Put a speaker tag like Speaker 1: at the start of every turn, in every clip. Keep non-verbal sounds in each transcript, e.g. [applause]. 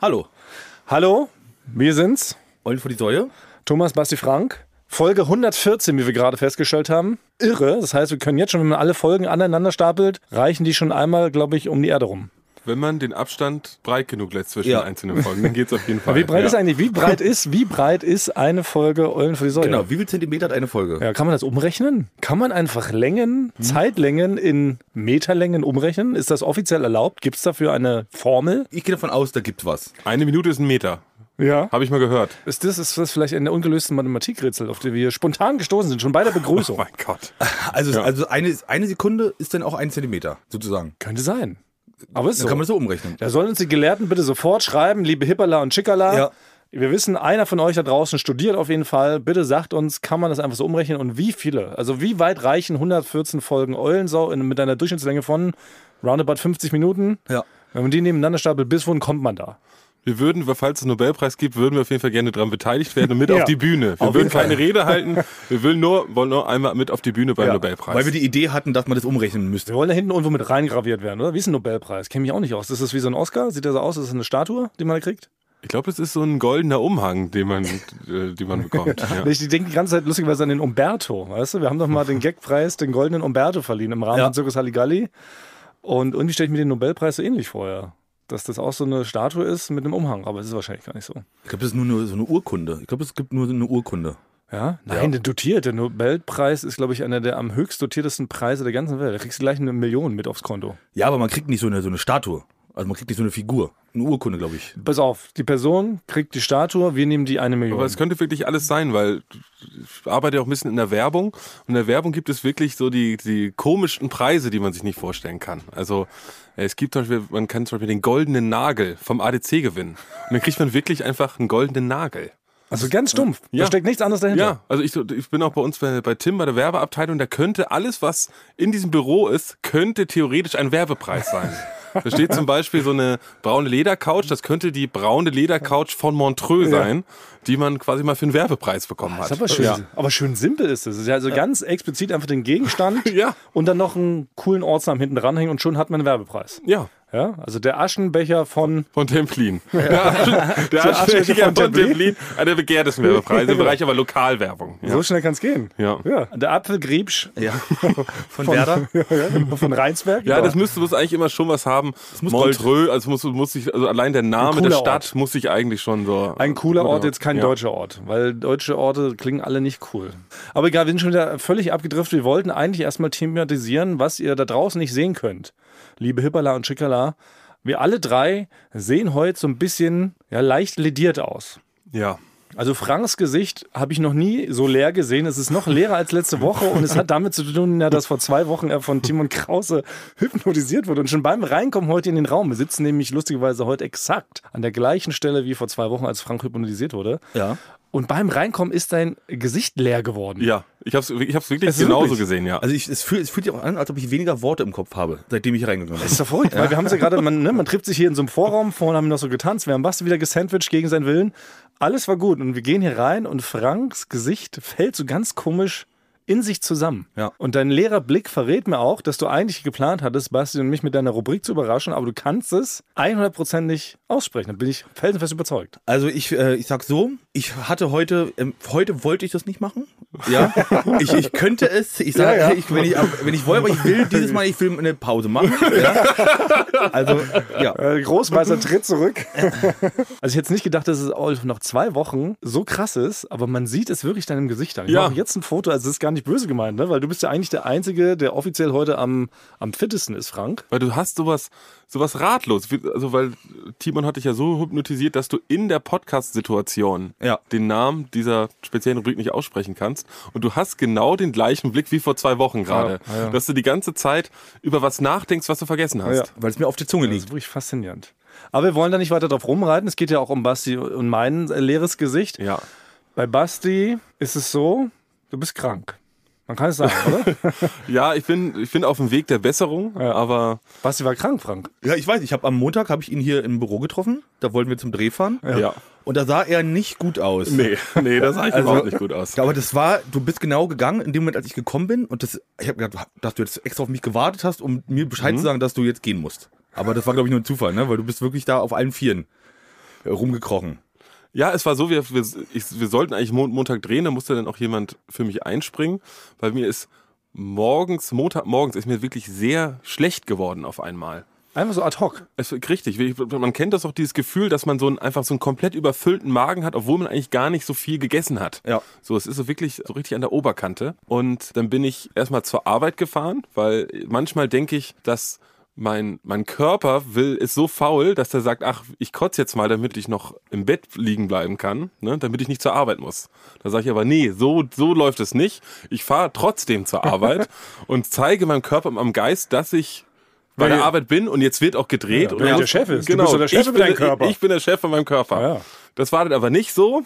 Speaker 1: Hallo.
Speaker 2: Hallo, wir sind's.
Speaker 1: Eulen vor die Säue.
Speaker 2: Thomas, Basti, Frank. Folge 114, wie wir gerade festgestellt haben. Irre. Das heißt, wir können jetzt schon, wenn man alle Folgen aneinander stapelt, reichen die schon einmal, glaube ich, um die Erde rum.
Speaker 3: Wenn man den Abstand breit genug lässt zwischen
Speaker 1: Ja.
Speaker 3: den einzelnen Folgen, dann geht's auf jeden Fall.
Speaker 2: Wie breit
Speaker 3: ja.
Speaker 2: ist eigentlich, wie breit ist, wie breit ist eine Folge Eulen für die Säule?
Speaker 1: Genau, wie viel Zentimeter hat eine Folge?
Speaker 2: Ja, kann man das umrechnen? Kann man einfach Längen,
Speaker 1: Hm.
Speaker 2: Zeitlängen in Meterlängen umrechnen? Ist das offiziell erlaubt? Gibt es dafür eine Formel?
Speaker 1: Ich gehe davon aus, da gibt was.
Speaker 3: Eine Minute ist ein Meter.
Speaker 2: Ja.
Speaker 3: Habe ich mal gehört.
Speaker 2: Ist das, ist das vielleicht ein der ungelösten Mathematikrätsel, auf die wir spontan gestoßen sind, schon bei der
Speaker 1: Oh
Speaker 2: Begrüßung?
Speaker 3: mein Gott.
Speaker 1: Also, also eine, eine Sekunde ist dann auch ein Zentimeter, sozusagen.
Speaker 2: Könnte sein. Aber ist
Speaker 1: Dann
Speaker 2: so.
Speaker 1: kann man das so umrechnen.
Speaker 2: Da sollen uns die Gelehrten bitte sofort schreiben, liebe Hippala und Chickala.
Speaker 1: Ja.
Speaker 2: Wir wissen, einer von euch da draußen studiert auf jeden Fall. Bitte sagt uns, kann man das einfach so umrechnen und wie viele? Also wie weit reichen 114 Folgen Eulensau in, mit einer Durchschnittslänge von roundabout 50 Minuten?
Speaker 1: Ja.
Speaker 2: Wenn man die nebeneinander stapelt, bis wohin kommt man da?
Speaker 3: Wir würden, falls es einen Nobelpreis gibt, würden wir auf jeden Fall gerne daran beteiligt werden und mit
Speaker 2: Ja.
Speaker 3: auf die Bühne. Wir
Speaker 2: Auf
Speaker 3: würden
Speaker 2: jeden Fall.
Speaker 3: keine Rede halten. Wir wollen nur, wollen nur einmal mit auf die Bühne beim
Speaker 2: Ja,
Speaker 3: Nobelpreis.
Speaker 1: Weil wir die Idee hatten, dass man das umrechnen müsste.
Speaker 2: Wir wollen da hinten irgendwo mit reingraviert werden, oder? Wie ist ein Nobelpreis? Kenne mich auch nicht aus. Ist das wie so ein Oscar? Sieht der so aus? Ist das eine Statue, die man da kriegt?
Speaker 3: ich glaube, das ist so ein goldener Umhang, den man, äh, den man bekommt. Ja. Mhm.
Speaker 2: Ich denke die ganze Zeit lustigerweise an den Umberto, weißt du? Wir haben doch mal den Gagpreis, den goldenen Umberto verliehen im Rahmen
Speaker 1: Ja.
Speaker 2: von Circus Halligalli. Und irgendwie stelle ich mir den Nobelpreis so ähnlich vor, ja. Dass das auch so eine Statue ist mit einem Umhang, aber es ist wahrscheinlich gar nicht so.
Speaker 1: Ich glaube, das ist nur eine, so eine Urkunde. Ich glaube, es gibt nur so eine Urkunde.
Speaker 2: Ja? Nein, der dotierte Nobelpreis ist, glaube ich, einer der am höchst dotiertesten Preise der ganzen Welt. Da kriegst du gleich eine Million mit aufs Konto.
Speaker 1: Ja, aber man kriegt nicht so eine, so eine Statue. Also man kriegt nicht so eine Figur. Eine Urkunde, glaube ich.
Speaker 2: Pass auf, die Person kriegt die Statue, wir nehmen die eine Million.
Speaker 3: Aber es könnte wirklich alles sein, weil ich arbeite ja auch ein bisschen in der Werbung. Und in der Werbung gibt es wirklich so die, die komischsten Preise, die man sich nicht vorstellen kann. Also äh, es gibt zum Beispiel, man kann zum Beispiel den goldenen Nagel vom ADC gewinnen. Und dann kriegt man wirklich einfach einen goldenen Nagel.
Speaker 2: also ganz stumpf. Da
Speaker 3: Ja.
Speaker 2: steckt nichts anderes dahinter.
Speaker 3: Ja, also ich, ich bin auch bei uns bei, bei Tim bei der Werbeabteilung, da könnte alles, was in diesem Büro ist, könnte theoretisch ein Werbepreis sein. Da steht zum Beispiel so eine braune Ledercouch, das könnte die braune Ledercouch von Montreux sein, die man quasi mal für einen Werbepreis bekommen hat.
Speaker 2: Ist aber schön,
Speaker 3: Ja.
Speaker 2: Äh, aber schön simpel ist es. Es ist ja also ganz explizit einfach den Gegenstand
Speaker 3: [laughs] Ja.
Speaker 2: und dann noch einen coolen Ortsnamen hinten dranhängen und schon hat man einen Werbepreis.
Speaker 3: Ja,
Speaker 2: Ja, also der Aschenbecher von
Speaker 3: von Templin. Der Asch- Der
Speaker 2: Aschenbecher
Speaker 3: Aschenbecher
Speaker 2: von
Speaker 3: von Templin, einer der begehrtesten Werbepreise [laughs] im Bereich aber Lokalwerbung. Ja.
Speaker 2: so schnell kann es gehen.
Speaker 3: Ja.
Speaker 2: Der Apfelgriebsch
Speaker 1: Ja. [laughs] Von, Werder?
Speaker 2: von [laughs] Rheinsberg.
Speaker 3: Ja, das müsste muss eigentlich immer schon was haben.
Speaker 1: muss
Speaker 3: Montreux, also muss, muss sich, also allein der Name
Speaker 2: cooler
Speaker 3: der
Speaker 2: Ort.
Speaker 3: Stadt muss sich eigentlich schon so.
Speaker 2: ein cooler Ort, jetzt kein
Speaker 3: Ja.
Speaker 2: deutscher Ort, weil deutsche Orte klingen alle nicht cool. Aber egal, wir sind schon wieder völlig abgedriftet. Wir wollten eigentlich erstmal thematisieren, was ihr da draußen nicht sehen könnt. Liebe Hippala und Schickala, wir alle drei sehen heute so ein bisschen ja, leicht lediert aus.
Speaker 3: Ja.
Speaker 2: Also Franks Gesicht habe ich noch nie so leer gesehen. Es ist noch leerer als letzte Woche und es hat damit zu tun, ja, dass vor zwei Wochen er von Timon Krause hypnotisiert wurde. Und schon beim Reinkommen heute in den Raum, wir sitzen nämlich lustigerweise heute exakt an der gleichen Stelle wie vor zwei Wochen, als Frank hypnotisiert wurde.
Speaker 1: Ja.
Speaker 2: Und beim Reinkommen ist dein Gesicht leer geworden.
Speaker 3: Ja, ich hab's, ich hab's wirklich
Speaker 2: Es ist
Speaker 3: genauso
Speaker 2: wirklich-
Speaker 3: gesehen, ja.
Speaker 1: Also ich, es, fühlt, es fühlt sich auch an, als ob ich weniger Worte im Kopf habe, seitdem ich reingegangen bin.
Speaker 2: Das ist doch verrückt, weil wir haben es ja gerade, man, ne, man trifft sich hier in so einem Vorraum, vorne haben wir noch so getanzt, wir haben Basti wieder gesandwiched gegen seinen Willen. Alles war gut und wir gehen hier rein und Franks Gesicht fällt so ganz komisch in sich zusammen.
Speaker 1: Ja.
Speaker 2: Und dein leerer Blick verrät mir auch, dass du eigentlich geplant hattest, Basti und mich mit deiner Rubrik zu überraschen, aber du kannst es 100% nicht aussprechen. Da bin ich felsenfest überzeugt.
Speaker 1: Also ich, äh, ich sag so, ich hatte heute, ähm, heute wollte ich das nicht machen. Ja. Ich, ich könnte es. Ich sage,
Speaker 2: Ja, ja.
Speaker 1: Ich, wenn, ich, aber- wenn ich wollte, aber ich will dieses Mal, ich will eine Pause machen. Ja. Also, ja.
Speaker 2: Äh, [laughs] Großmeister tritt zurück. also ich hätte nicht gedacht, dass es auch noch zwei Wochen so krass ist, aber man sieht es wirklich deinem Gesicht an. Ich
Speaker 3: Ja.
Speaker 2: mache jetzt ein Foto, also es ist gar nicht böse gemeint, ne? weil du bist ja eigentlich der Einzige, der offiziell heute am, am fittesten ist, Frank.
Speaker 3: Weil du hast sowas, sowas ratlos. Wie- Also, weil Timon hat dich ja so hypnotisiert, dass du in der Podcast-Situation
Speaker 1: Ja.
Speaker 3: den Namen dieser speziellen Rubrik nicht aussprechen kannst. Und du hast genau den gleichen Blick wie vor zwei Wochen gerade.
Speaker 2: Ja, ja.
Speaker 3: Dass du die ganze Zeit über was nachdenkst, was du vergessen hast.
Speaker 2: Ja.
Speaker 1: Weil es mir auf der Zunge
Speaker 2: Das ist
Speaker 1: liegt.
Speaker 2: wirklich faszinierend. Aber wir wollen da nicht weiter drauf rumreiten. Es geht ja auch um Basti und mein äh, leeres Gesicht.
Speaker 3: Ja.
Speaker 2: Bei Basti ist es so, du bist krank. Man kann es sagen, [laughs] oder?
Speaker 3: Ja, ich bin, ich bin auf dem Weg der Besserung, aber
Speaker 2: Basti war krank, Frank.
Speaker 1: Ja, ich weiß. Ich habe am Montag habe ich ihn hier im Büro getroffen. Da wollten wir zum Dreh fahren.
Speaker 3: ja.
Speaker 1: Und da sah er nicht gut aus.
Speaker 3: Nee, nee, das sah ich
Speaker 1: Also-
Speaker 3: überhaupt nicht gut aus.
Speaker 1: Aber das war, du bist genau gegangen in dem Moment, als ich gekommen bin. Und das, ich habe gedacht, dass du jetzt extra auf mich gewartet hast, um mir Bescheid zu sagen, dass du jetzt gehen musst. Aber das war, glaube ich, nur ein Zufall, ne? weil du bist wirklich da auf allen Vieren. rumgekrochen.
Speaker 3: Ja, es war so, wir, wir, ich, wir sollten eigentlich Mon Montag drehen, da musste dann auch jemand für mich einspringen. Bei mir ist morgens, Montag, morgens ist mir wirklich sehr schlecht geworden auf einmal.
Speaker 2: Einfach so ad hoc.
Speaker 3: Es, richtig, ich- man kennt das auch, dieses Gefühl, dass man so einen, einfach so einen komplett überfüllten Magen hat, obwohl man eigentlich gar nicht so viel gegessen hat.
Speaker 1: Ja.
Speaker 3: So, es ist so wirklich so richtig an der Oberkante. Und dann bin ich erstmal zur Arbeit gefahren, weil manchmal denke ich, dass mein, mein Körper will, ist so faul, dass er sagt, ach, ich kotze jetzt mal, damit ich noch im Bett liegen bleiben kann, ne, damit ich nicht zur Arbeit muss. Da sage ich aber, nee, so, so läuft es nicht. Ich fahre trotzdem zur Arbeit und zeige meinem Körper und meinem Geist, dass ich bei
Speaker 2: Ja,
Speaker 3: der
Speaker 2: ja.
Speaker 3: Arbeit bin und jetzt wird auch gedreht.
Speaker 2: Ja,
Speaker 3: und
Speaker 2: wenn
Speaker 3: muss-
Speaker 2: der Chef ist. Du
Speaker 3: Genau,
Speaker 2: bist doch der Chef
Speaker 3: ich,
Speaker 2: über
Speaker 3: bin,
Speaker 2: deinen Körper.
Speaker 3: Ich, ich bin der Chef von meinem Körper.
Speaker 2: Ja.
Speaker 3: Das war dann aber nicht so.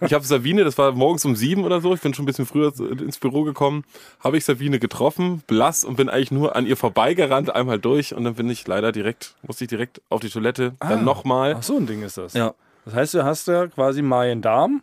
Speaker 3: Ich habe Sabine, das war morgens um sieben oder so, ich bin schon ein bisschen früher ins Büro gekommen, habe ich Sabine getroffen, blass und bin eigentlich nur an ihr vorbeigerannt, einmal durch und dann bin ich leider direkt, musste ich direkt auf die Toilette, dann nochmal.
Speaker 2: Ah. Ach, so ein Ding ist das.
Speaker 1: Ja.
Speaker 2: Das heißt, du hast ja quasi Magen-Darm,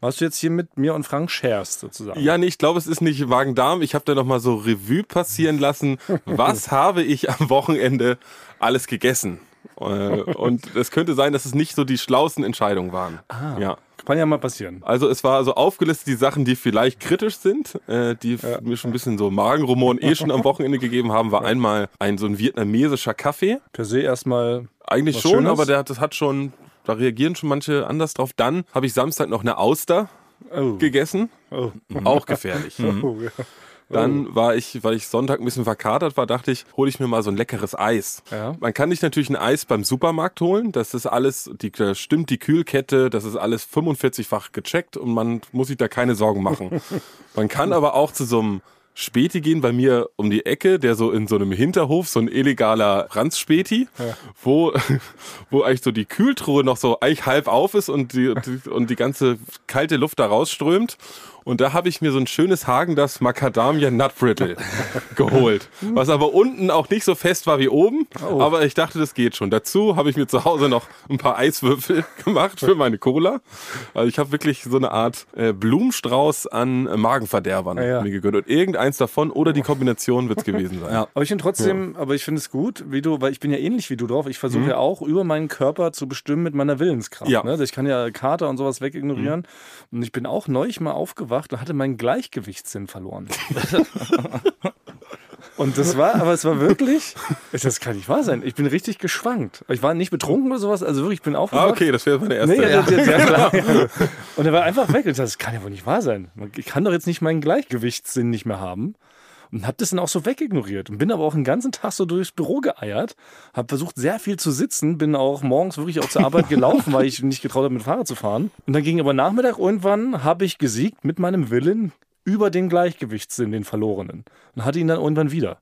Speaker 2: was du jetzt hier mit mir und Frank sharest, sozusagen.
Speaker 3: Ja, nee, ich glaube, es ist nicht Magen-Darm. Ich habe da nochmal so Revue passieren lassen.
Speaker 2: [laughs]
Speaker 3: Was habe ich am Wochenende alles gegessen?
Speaker 2: [laughs]
Speaker 3: Äh, Und es könnte sein, dass es nicht so die schlausten Entscheidungen waren. Ah. Ja.
Speaker 2: Kann ja mal passieren.
Speaker 3: Also es war so aufgelistet die Sachen, die vielleicht kritisch sind, äh, die f- mir schon ein bisschen so Magenrumoren
Speaker 2: [laughs]
Speaker 3: eh schon am Wochenende gegeben haben, war einmal ein so ein vietnamesischer Kaffee.
Speaker 2: Per se erstmal.
Speaker 3: Eigentlich
Speaker 2: Was
Speaker 3: schon,
Speaker 2: Schönes?
Speaker 3: aber der, hat- das hat schon, da reagieren schon manche anders drauf. Dann habe ich Samstag noch eine Auster
Speaker 2: Oh. [laughs]
Speaker 3: gegessen,
Speaker 2: Oh.
Speaker 3: auch gefährlich.
Speaker 2: Oh, ja.
Speaker 3: Dann war ich, weil ich Sonntag ein bisschen verkatert war, dachte ich, hole ich mir mal so ein leckeres Eis.
Speaker 2: Ja.
Speaker 3: Man kann sich natürlich ein Eis beim Supermarkt holen. Das ist alles, die, da stimmt die Kühlkette, das ist alles 45-fach gecheckt und man muss sich da keine Sorgen machen. man kann aber auch zu so einem Späti gehen bei mir um die Ecke, der so in so einem Hinterhof, so ein illegaler Ranzspäti, wo, [laughs] wo eigentlich so die Kühltruhe noch so eigentlich halb auf ist und die, die, und die ganze kalte Luft da rausströmt. Und da habe ich mir so ein schönes Hagen das Macadamia Nut
Speaker 2: [laughs]
Speaker 3: Brittle geholt, was aber unten auch nicht so fest war wie oben,
Speaker 2: Oh.
Speaker 3: aber ich dachte, das geht schon. Dazu habe ich mir zu Hause noch ein paar Eiswürfel [laughs] gemacht für meine Cola. Also ich habe wirklich so eine Art äh, Blumenstrauß an äh, Magenverderbern
Speaker 2: ja. Oh.
Speaker 3: mir gegönnt und irgendeins davon oder die Kombination wird
Speaker 2: [laughs]
Speaker 3: es gewesen sein.
Speaker 2: Aber ich finde trotzdem, aber ich finde es gut, wie du, weil ich bin ja ähnlich wie du drauf. Ich versuche ja auch über meinen Körper zu bestimmen mit meiner Willenskraft.
Speaker 3: Mhm. Ja. Mhm.
Speaker 2: Ne? Ich kann ja Kater und sowas wegignorieren. Und ich bin auch neulich mal aufgewacht und hatte meinen Gleichgewichtssinn
Speaker 3: [laughs]
Speaker 2: verloren. und das war, aber es war wirklich, das kann nicht wahr sein. Ich bin richtig geschwankt. Ich war nicht betrunken oder sowas, also wirklich, ich bin
Speaker 3: Ah,
Speaker 2: aufgewacht.
Speaker 3: okay, das wäre meine erste.
Speaker 2: Nee, ja. Ja, ja, klar. Und er war einfach weg. Und ich dachte, das kann ja wohl nicht wahr sein. Ich kann doch jetzt nicht meinen Gleichgewichtssinn nicht mehr haben. Und hab das dann auch so wegignoriert. Und bin aber auch den ganzen Tag so durchs Büro geeiert. Hab versucht, sehr viel zu sitzen. Bin auch morgens wirklich auch zur Arbeit gelaufen, weil ich nicht getraut habe, mit dem Fahrrad zu fahren. Und dann ging aber Nachmittag irgendwann, habe ich gesiegt mit meinem Willen über den Gleichgewichtssinn, den verlorenen. Und hatte ihn dann irgendwann wieder.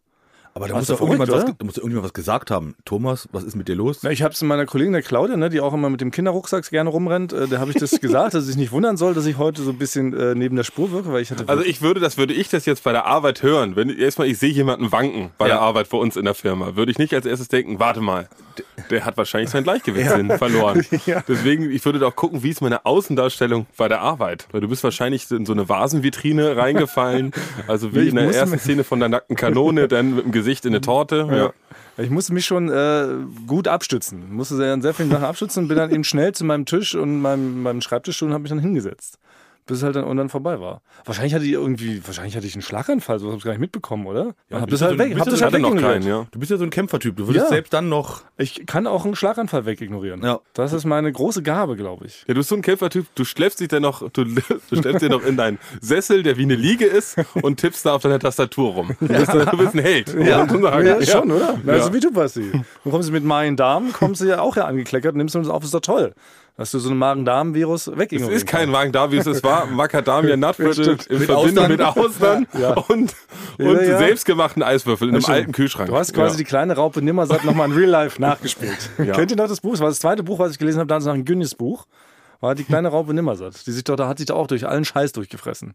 Speaker 1: Aber da
Speaker 2: Warst
Speaker 1: muss
Speaker 2: du
Speaker 1: doch irgendjemand
Speaker 2: verrückt,
Speaker 1: was,
Speaker 2: Ne? oder?
Speaker 1: ge- da muss doch irgendjemand was gesagt haben. Thomas, was ist mit dir los?
Speaker 2: Na, ich habe es meiner Kollegin, der Claudia, ne, die auch immer mit dem Kinderrucksack gerne rumrennt, äh, da habe ich das gesagt, dass ich nicht wundern soll, dass ich heute so ein bisschen äh, neben der Spur wirke, weil ich hatte.
Speaker 3: Also ich würde, das würde ich das jetzt bei der Arbeit hören. Wenn erstmal ich sehe jemanden wanken bei der Arbeit bei uns in der Firma, würde ich nicht als erstes denken, warte mal, der hat wahrscheinlich sein
Speaker 2: [laughs]
Speaker 3: Gleichgewichtssinn verloren. Deswegen, ich würde doch gucken, wie ist meine Außendarstellung bei der Arbeit. Weil du bist wahrscheinlich in so eine Vasenvitrine reingefallen, also wie
Speaker 2: Ich
Speaker 3: in der
Speaker 2: muss
Speaker 3: ersten
Speaker 2: mir-
Speaker 3: Szene von der nackten Kanone, dann mit dem Gesicht in eine Torte. Ja.
Speaker 2: ich musste mich schon äh, gut abstützen. Musste sehr, an sehr vielen Sachen abstützen, bin dann eben schnell zu meinem Tisch und meinem, meinem Schreibtischstuhl und habe mich dann hingesetzt. Bis es halt dann irgendwann vorbei war. Wahrscheinlich hatte ich irgendwie, wahrscheinlich hatte ich einen Schlaganfall, so habe ich gar nicht mitbekommen, oder? Ja, hab das halt weg, hab das halt
Speaker 3: hatte noch
Speaker 2: wegignoriert.
Speaker 3: keinen, ja.
Speaker 1: Du bist ja so ein Kämpfertyp. Du würdest
Speaker 2: Ja.
Speaker 1: selbst dann noch.
Speaker 2: Ich kann auch einen Schlaganfall wegignorieren.
Speaker 1: Ja.
Speaker 2: Das ist meine große Gabe, glaube ich.
Speaker 3: Ja, du bist so ein Kämpfertyp, du schleppst dich dann noch, du, [laughs] du schleppst dich noch in deinen Sessel, der wie eine Liege ist, und tippst da auf deiner Tastatur rum. Du bist, du bist ein Held. Ja,
Speaker 2: Ja, schon, oder? Na, Also
Speaker 3: Ja.
Speaker 2: wie du, Basti. Du kommst mit Magen-Darm, kommst du ja auch ja angekleckert, nimmst du uns auf, ist doch toll. Dass du so einen Magen-Darm-Virus weg
Speaker 3: Es ist kein Wagen da, wie es es war. Macadamia Nutbrittle
Speaker 2: Stimmt.
Speaker 3: in
Speaker 1: Mit
Speaker 3: Verbindung
Speaker 1: Austern.
Speaker 3: mit Austern und, und
Speaker 2: Ja, ja.
Speaker 3: selbstgemachten Eiswürfeln in einem alten Kühlschrank.
Speaker 2: Du hast quasi die kleine Raupe Nimmersatt nochmal in Real Life
Speaker 3: [laughs]
Speaker 2: nachgespielt. Kennt ihr noch das Buch? Das war das zweite Buch, was ich gelesen habe, damals noch ein Günnis Buch. War die kleine Raupe Nimmersatt. Die sich doch, da hat sich doch auch durch allen Scheiß durchgefressen.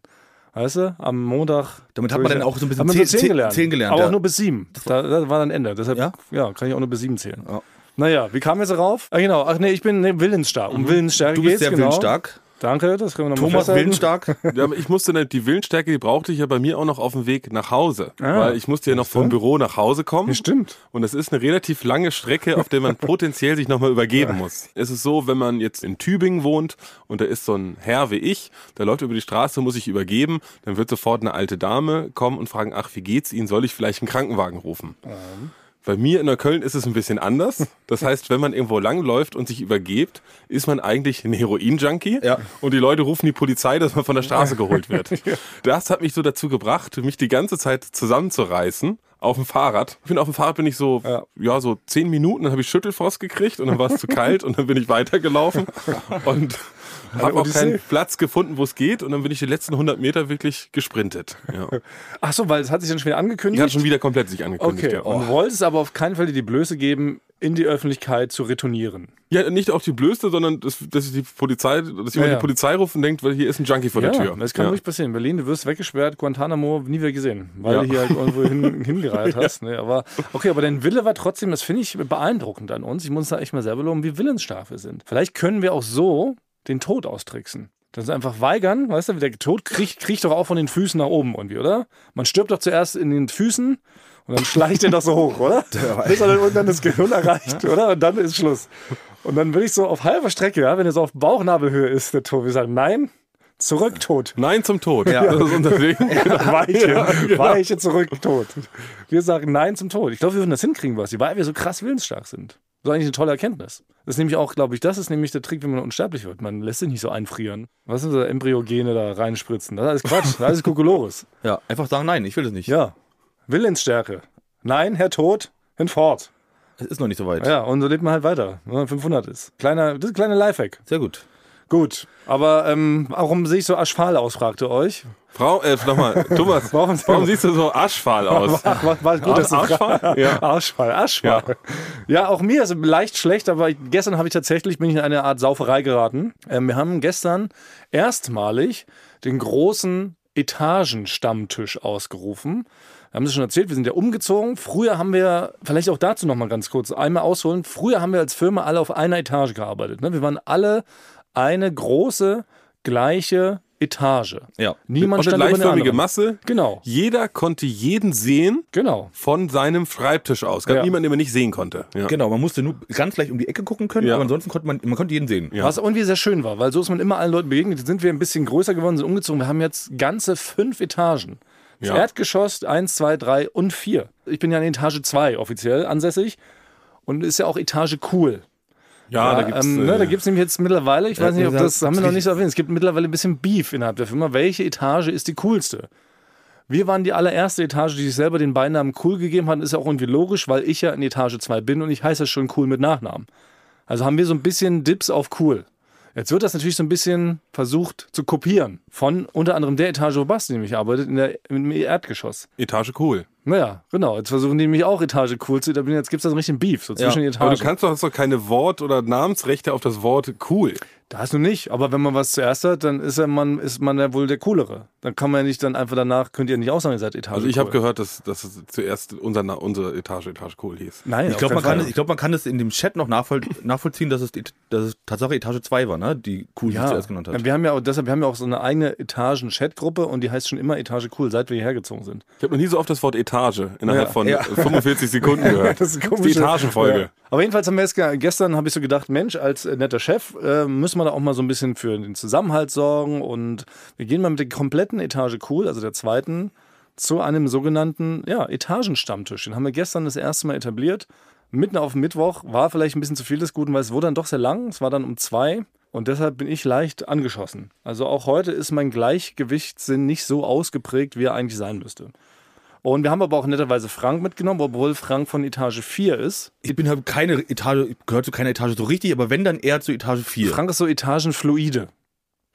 Speaker 2: Weißt du, am Montag.
Speaker 1: Damit hat man dann auch so ein bisschen
Speaker 2: hat man
Speaker 1: zehn-
Speaker 2: so zehn
Speaker 1: zehn-
Speaker 2: gelernt.
Speaker 1: zehn gelernt,
Speaker 2: Aber
Speaker 1: ja.
Speaker 2: auch nur bis sieben. Da, da war dann Ende. Deshalb ja?
Speaker 1: Ja?
Speaker 2: kann ich auch nur bis sieben zählen.
Speaker 1: Ja.
Speaker 2: Naja, wie kam jetzt darauf? Ah, genau. Ach nee, ich bin nee, willensstark. Um Willensstark
Speaker 1: Mhm. Du bist
Speaker 2: geht's,
Speaker 1: sehr
Speaker 2: genau.
Speaker 1: willensstark.
Speaker 2: Danke, das können wir nochmal
Speaker 1: Thomas Willenstärk.
Speaker 3: Ja, aber ich musste dann- die Willensstärke, die brauchte ich ja bei mir auch noch auf dem Weg nach Hause.
Speaker 2: Ah.
Speaker 3: Weil ich musste ja noch vom Büro nach Hause kommen.
Speaker 2: Stimmt.
Speaker 3: Und das ist eine relativ lange Strecke,
Speaker 2: [laughs]
Speaker 3: auf der man potenziell sich nochmal übergeben muss. Es ist so, wenn man jetzt in Tübingen wohnt und da ist so ein Herr wie ich, der läuft über die Straße, muss sich übergeben, dann wird sofort eine alte Dame kommen und fragen, ach, wie geht's Ihnen? Soll ich vielleicht einen Krankenwagen rufen? Bei mir in Neukölln ist es ein bisschen anders. Das heißt, wenn man irgendwo langläuft und sich übergebt, ist man eigentlich ein Heroin-Junkie.
Speaker 1: Ja.
Speaker 3: Und die Leute rufen die Polizei, dass man von der Straße geholt wird. Das hat mich so dazu gebracht, mich die ganze Zeit zusammenzureißen auf dem Fahrrad. Ich bin auf dem Fahrrad bin ich so, ja,
Speaker 2: Ja.
Speaker 3: so zehn Minuten, dann habe ich Schüttelfrost gekriegt und dann war es zu kalt und dann bin ich weitergelaufen und habe auch
Speaker 2: Odyssee.
Speaker 3: keinen Platz gefunden, wo es geht und dann bin ich die letzten 100 Meter wirklich gesprintet. Ja.
Speaker 2: Ach so, weil es hat sich dann schon wieder
Speaker 3: Die
Speaker 2: angekündigt.
Speaker 3: hat schon wieder komplett sich angekündigt.
Speaker 2: okay,
Speaker 3: ja.
Speaker 2: und du wolltest aber auf keinen Fall dir die Blöße geben, in die Öffentlichkeit zu retournieren.
Speaker 3: Ja, nicht auch die Blößte, sondern dass, dass die Polizei, dass jemand
Speaker 2: Ja, ja.
Speaker 3: die Polizei ruft und denkt, weil hier ist ein Junkie vor der Tür.
Speaker 2: das kann
Speaker 3: ja.
Speaker 2: ruhig passieren. Berlin, du wirst weggesperrt, Guantanamo nie wieder gesehen, weil
Speaker 3: Ja.
Speaker 2: du hier halt irgendwo
Speaker 3: [laughs]
Speaker 2: hin, hingereiht hast. Ne? Aber okay, aber dein Wille war trotzdem, das finde ich beeindruckend an uns. Ich muss da echt mal selber loben, wie willensstark wir sind. Vielleicht können wir auch so den Tod austricksen. Das ist einfach weigern, weißt du, der Tod kriecht, kriecht doch auch von den Füßen nach oben irgendwie, oder? Man stirbt doch zuerst in den Füßen und dann schleicht er doch so hoch,
Speaker 3: [laughs]
Speaker 2: oder? Bis er dann irgendwann das Gehirn erreicht, oder? Und dann ist Schluss. Und dann will ich so auf halber Strecke, ja, wenn er so auf Bauchnabelhöhe ist, der Tod, wir sagen, nein, zurück, Tod.
Speaker 3: Nein zum Tod. Das ist unser
Speaker 2: [laughs]
Speaker 3: Ding.
Speaker 2: Weiche,
Speaker 3: genau.
Speaker 2: Weiche zurück, tot. Wir sagen Nein zum Tod. Ich glaube, wir würden das hinkriegen, was, weil wir so krass willensstark sind. Das ist eigentlich eine tolle Erkenntnis. Das ist nämlich auch, glaube ich, das ist nämlich der Trick, wenn man unsterblich wird. Man lässt sich nicht so einfrieren. Was sind so Embryogene da reinspritzen? Das ist alles Quatsch. Das ist Kokolores.
Speaker 1: Ja, einfach sagen, nein, ich will das nicht.
Speaker 2: [laughs] Ja. Willensstärke. Nein, Herr Tod, hinfort.
Speaker 1: Es ist noch nicht so weit.
Speaker 2: Ja, und so lebt man halt weiter, wenn man 500 ist. Kleiner, das ist ein kleiner Lifehack.
Speaker 1: Sehr gut.
Speaker 2: Gut. Aber ähm, warum sehe ich so aschfahl aus, fragte euch.
Speaker 3: Frau, äh, nochmal, Thomas,
Speaker 2: Warum-
Speaker 3: warum, siehst du so aschfahl aus?
Speaker 2: Ach, war, war gut, dass du
Speaker 3: Arschfahl?
Speaker 2: Ja. Arschfall, Arschfall. Ja. auch mir ist es leicht schlecht, aber ich, gestern habe ich tatsächlich, bin ich in eine Art Sauferei geraten. Ähm, wir haben gestern erstmalig den großen Etagenstammtisch ausgerufen. Wir haben es schon erzählt, wir sind ja umgezogen. Früher haben wir, vielleicht auch dazu nochmal ganz kurz, einmal ausholen. Früher haben wir als Firma alle auf einer Etage gearbeitet. Ne? Wir waren alle eine große, gleiche Etage.
Speaker 1: Ja.
Speaker 2: Niemand
Speaker 3: Und eine
Speaker 2: stand über den
Speaker 3: gleichförmige
Speaker 2: anderen.
Speaker 3: Masse.
Speaker 2: Genau,
Speaker 3: Jeder konnte jeden sehen
Speaker 2: genau.
Speaker 3: von seinem Schreibtisch aus. Gab
Speaker 2: Ja.
Speaker 3: niemanden, den man nicht sehen konnte. Ja.
Speaker 1: Genau, man musste nur ganz leicht um die Ecke gucken können,
Speaker 3: Ja.
Speaker 1: aber ansonsten konnte man, man konnte jeden sehen.
Speaker 3: Ja.
Speaker 2: Was irgendwie sehr schön war, weil so ist man immer allen Leuten begegnet. Jetzt sind wir ein bisschen größer geworden, sind umgezogen. Wir haben jetzt ganze fünf Etagen. Das
Speaker 3: Ja.
Speaker 2: Erdgeschoss 1, 2, 3 und 4. Ich bin ja in Etage 2 offiziell ansässig. Und ist ja auch Etage cool.
Speaker 3: Ja, da gibt's,
Speaker 2: ähm,
Speaker 3: äh,
Speaker 2: ne, da gibt's nämlich jetzt mittlerweile, ich weiß nicht, ob
Speaker 1: wie
Speaker 2: das
Speaker 1: gesagt,
Speaker 2: haben wir noch
Speaker 1: richtig-
Speaker 2: nicht so erwähnt, es gibt mittlerweile ein bisschen Beef innerhalb der Firma. Welche Etage ist die coolste? Wir waren die allererste Etage, die sich selber den Beinamen cool gegeben hat. Ist ja auch irgendwie logisch, weil ich ja in Etage 2 bin und ich heiße ja schon cool mit Nachnamen. Also haben wir so ein bisschen Dips auf cool. Jetzt wird das natürlich so ein bisschen versucht zu kopieren von unter anderem der Etage, wo Basti nämlich arbeitet, in der, im Erdgeschoss.
Speaker 3: Etage cool.
Speaker 2: Naja, genau. Jetzt versuchen die mich auch Etage cool zu etablieren. Jetzt gibt's da so einen richtigen Beef so zwischen den Etagen.
Speaker 3: Aber du kannst doch, hast doch keine Wort- oder Namensrechte auf das Wort cool.
Speaker 2: Da ist nun nicht, aber wenn man was zuerst hat, dann ist, ja man, ist man ja wohl der Coolere. Dann kann man ja nicht dann einfach danach, könnt ihr nicht auch sagen, ihr seid Etage.
Speaker 3: Also ich habe
Speaker 2: cool.
Speaker 3: gehört, dass, dass es zuerst unser, Na- unsere Etage Etage cool hieß.
Speaker 2: Nein,
Speaker 1: Ich glaube, man, kann es-
Speaker 2: nicht.
Speaker 1: ich glaub, man kann es in dem Chat noch nachvoll, nachvollziehen, dass es, die- dass es Tatsache Etage 2 war, ne? die cool die
Speaker 2: Ja,
Speaker 1: ich zuerst genannt hat.
Speaker 2: wir haben ja auch, deshalb wir haben ja auch so eine eigene Etagen-Chat-Gruppe und die heißt schon immer Etage cool, seit wir hierher gezogen sind.
Speaker 3: Ich habe noch nie so oft das Wort Etage innerhalb von
Speaker 1: ja.
Speaker 2: [laughs]
Speaker 3: 45 Sekunden gehört.
Speaker 2: Das ist eine
Speaker 3: die
Speaker 2: komische-
Speaker 3: Etagenfolge.
Speaker 2: Ja. Aber jedenfalls haben wir jetzt ge- gestern habe ich so gedacht, Mensch, als äh, netter Chef äh, müssen wir da auch mal so ein bisschen für den Zusammenhalt sorgen und wir gehen mal mit der kompletten Etage cool, also der zweiten, zu einem sogenannten ja, Etagenstammtisch. Den haben wir gestern das erste Mal etabliert. Mitten auf dem Mittwoch war vielleicht ein bisschen zu viel des Guten, weil es wurde dann doch sehr lang. Es war dann um zwei und deshalb bin ich leicht angeschossen. Also auch heute ist mein Gleichgewichtssinn nicht so ausgeprägt, wie er eigentlich sein müsste. Und wir haben aber auch netterweise Frank mitgenommen, obwohl Frank von Etage 4 ist.
Speaker 1: Ich bin halt keine Etage, ich gehört zu keiner Etage so richtig, aber wenn dann eher zu Etage 4.
Speaker 2: Frank ist so Etagenfluide,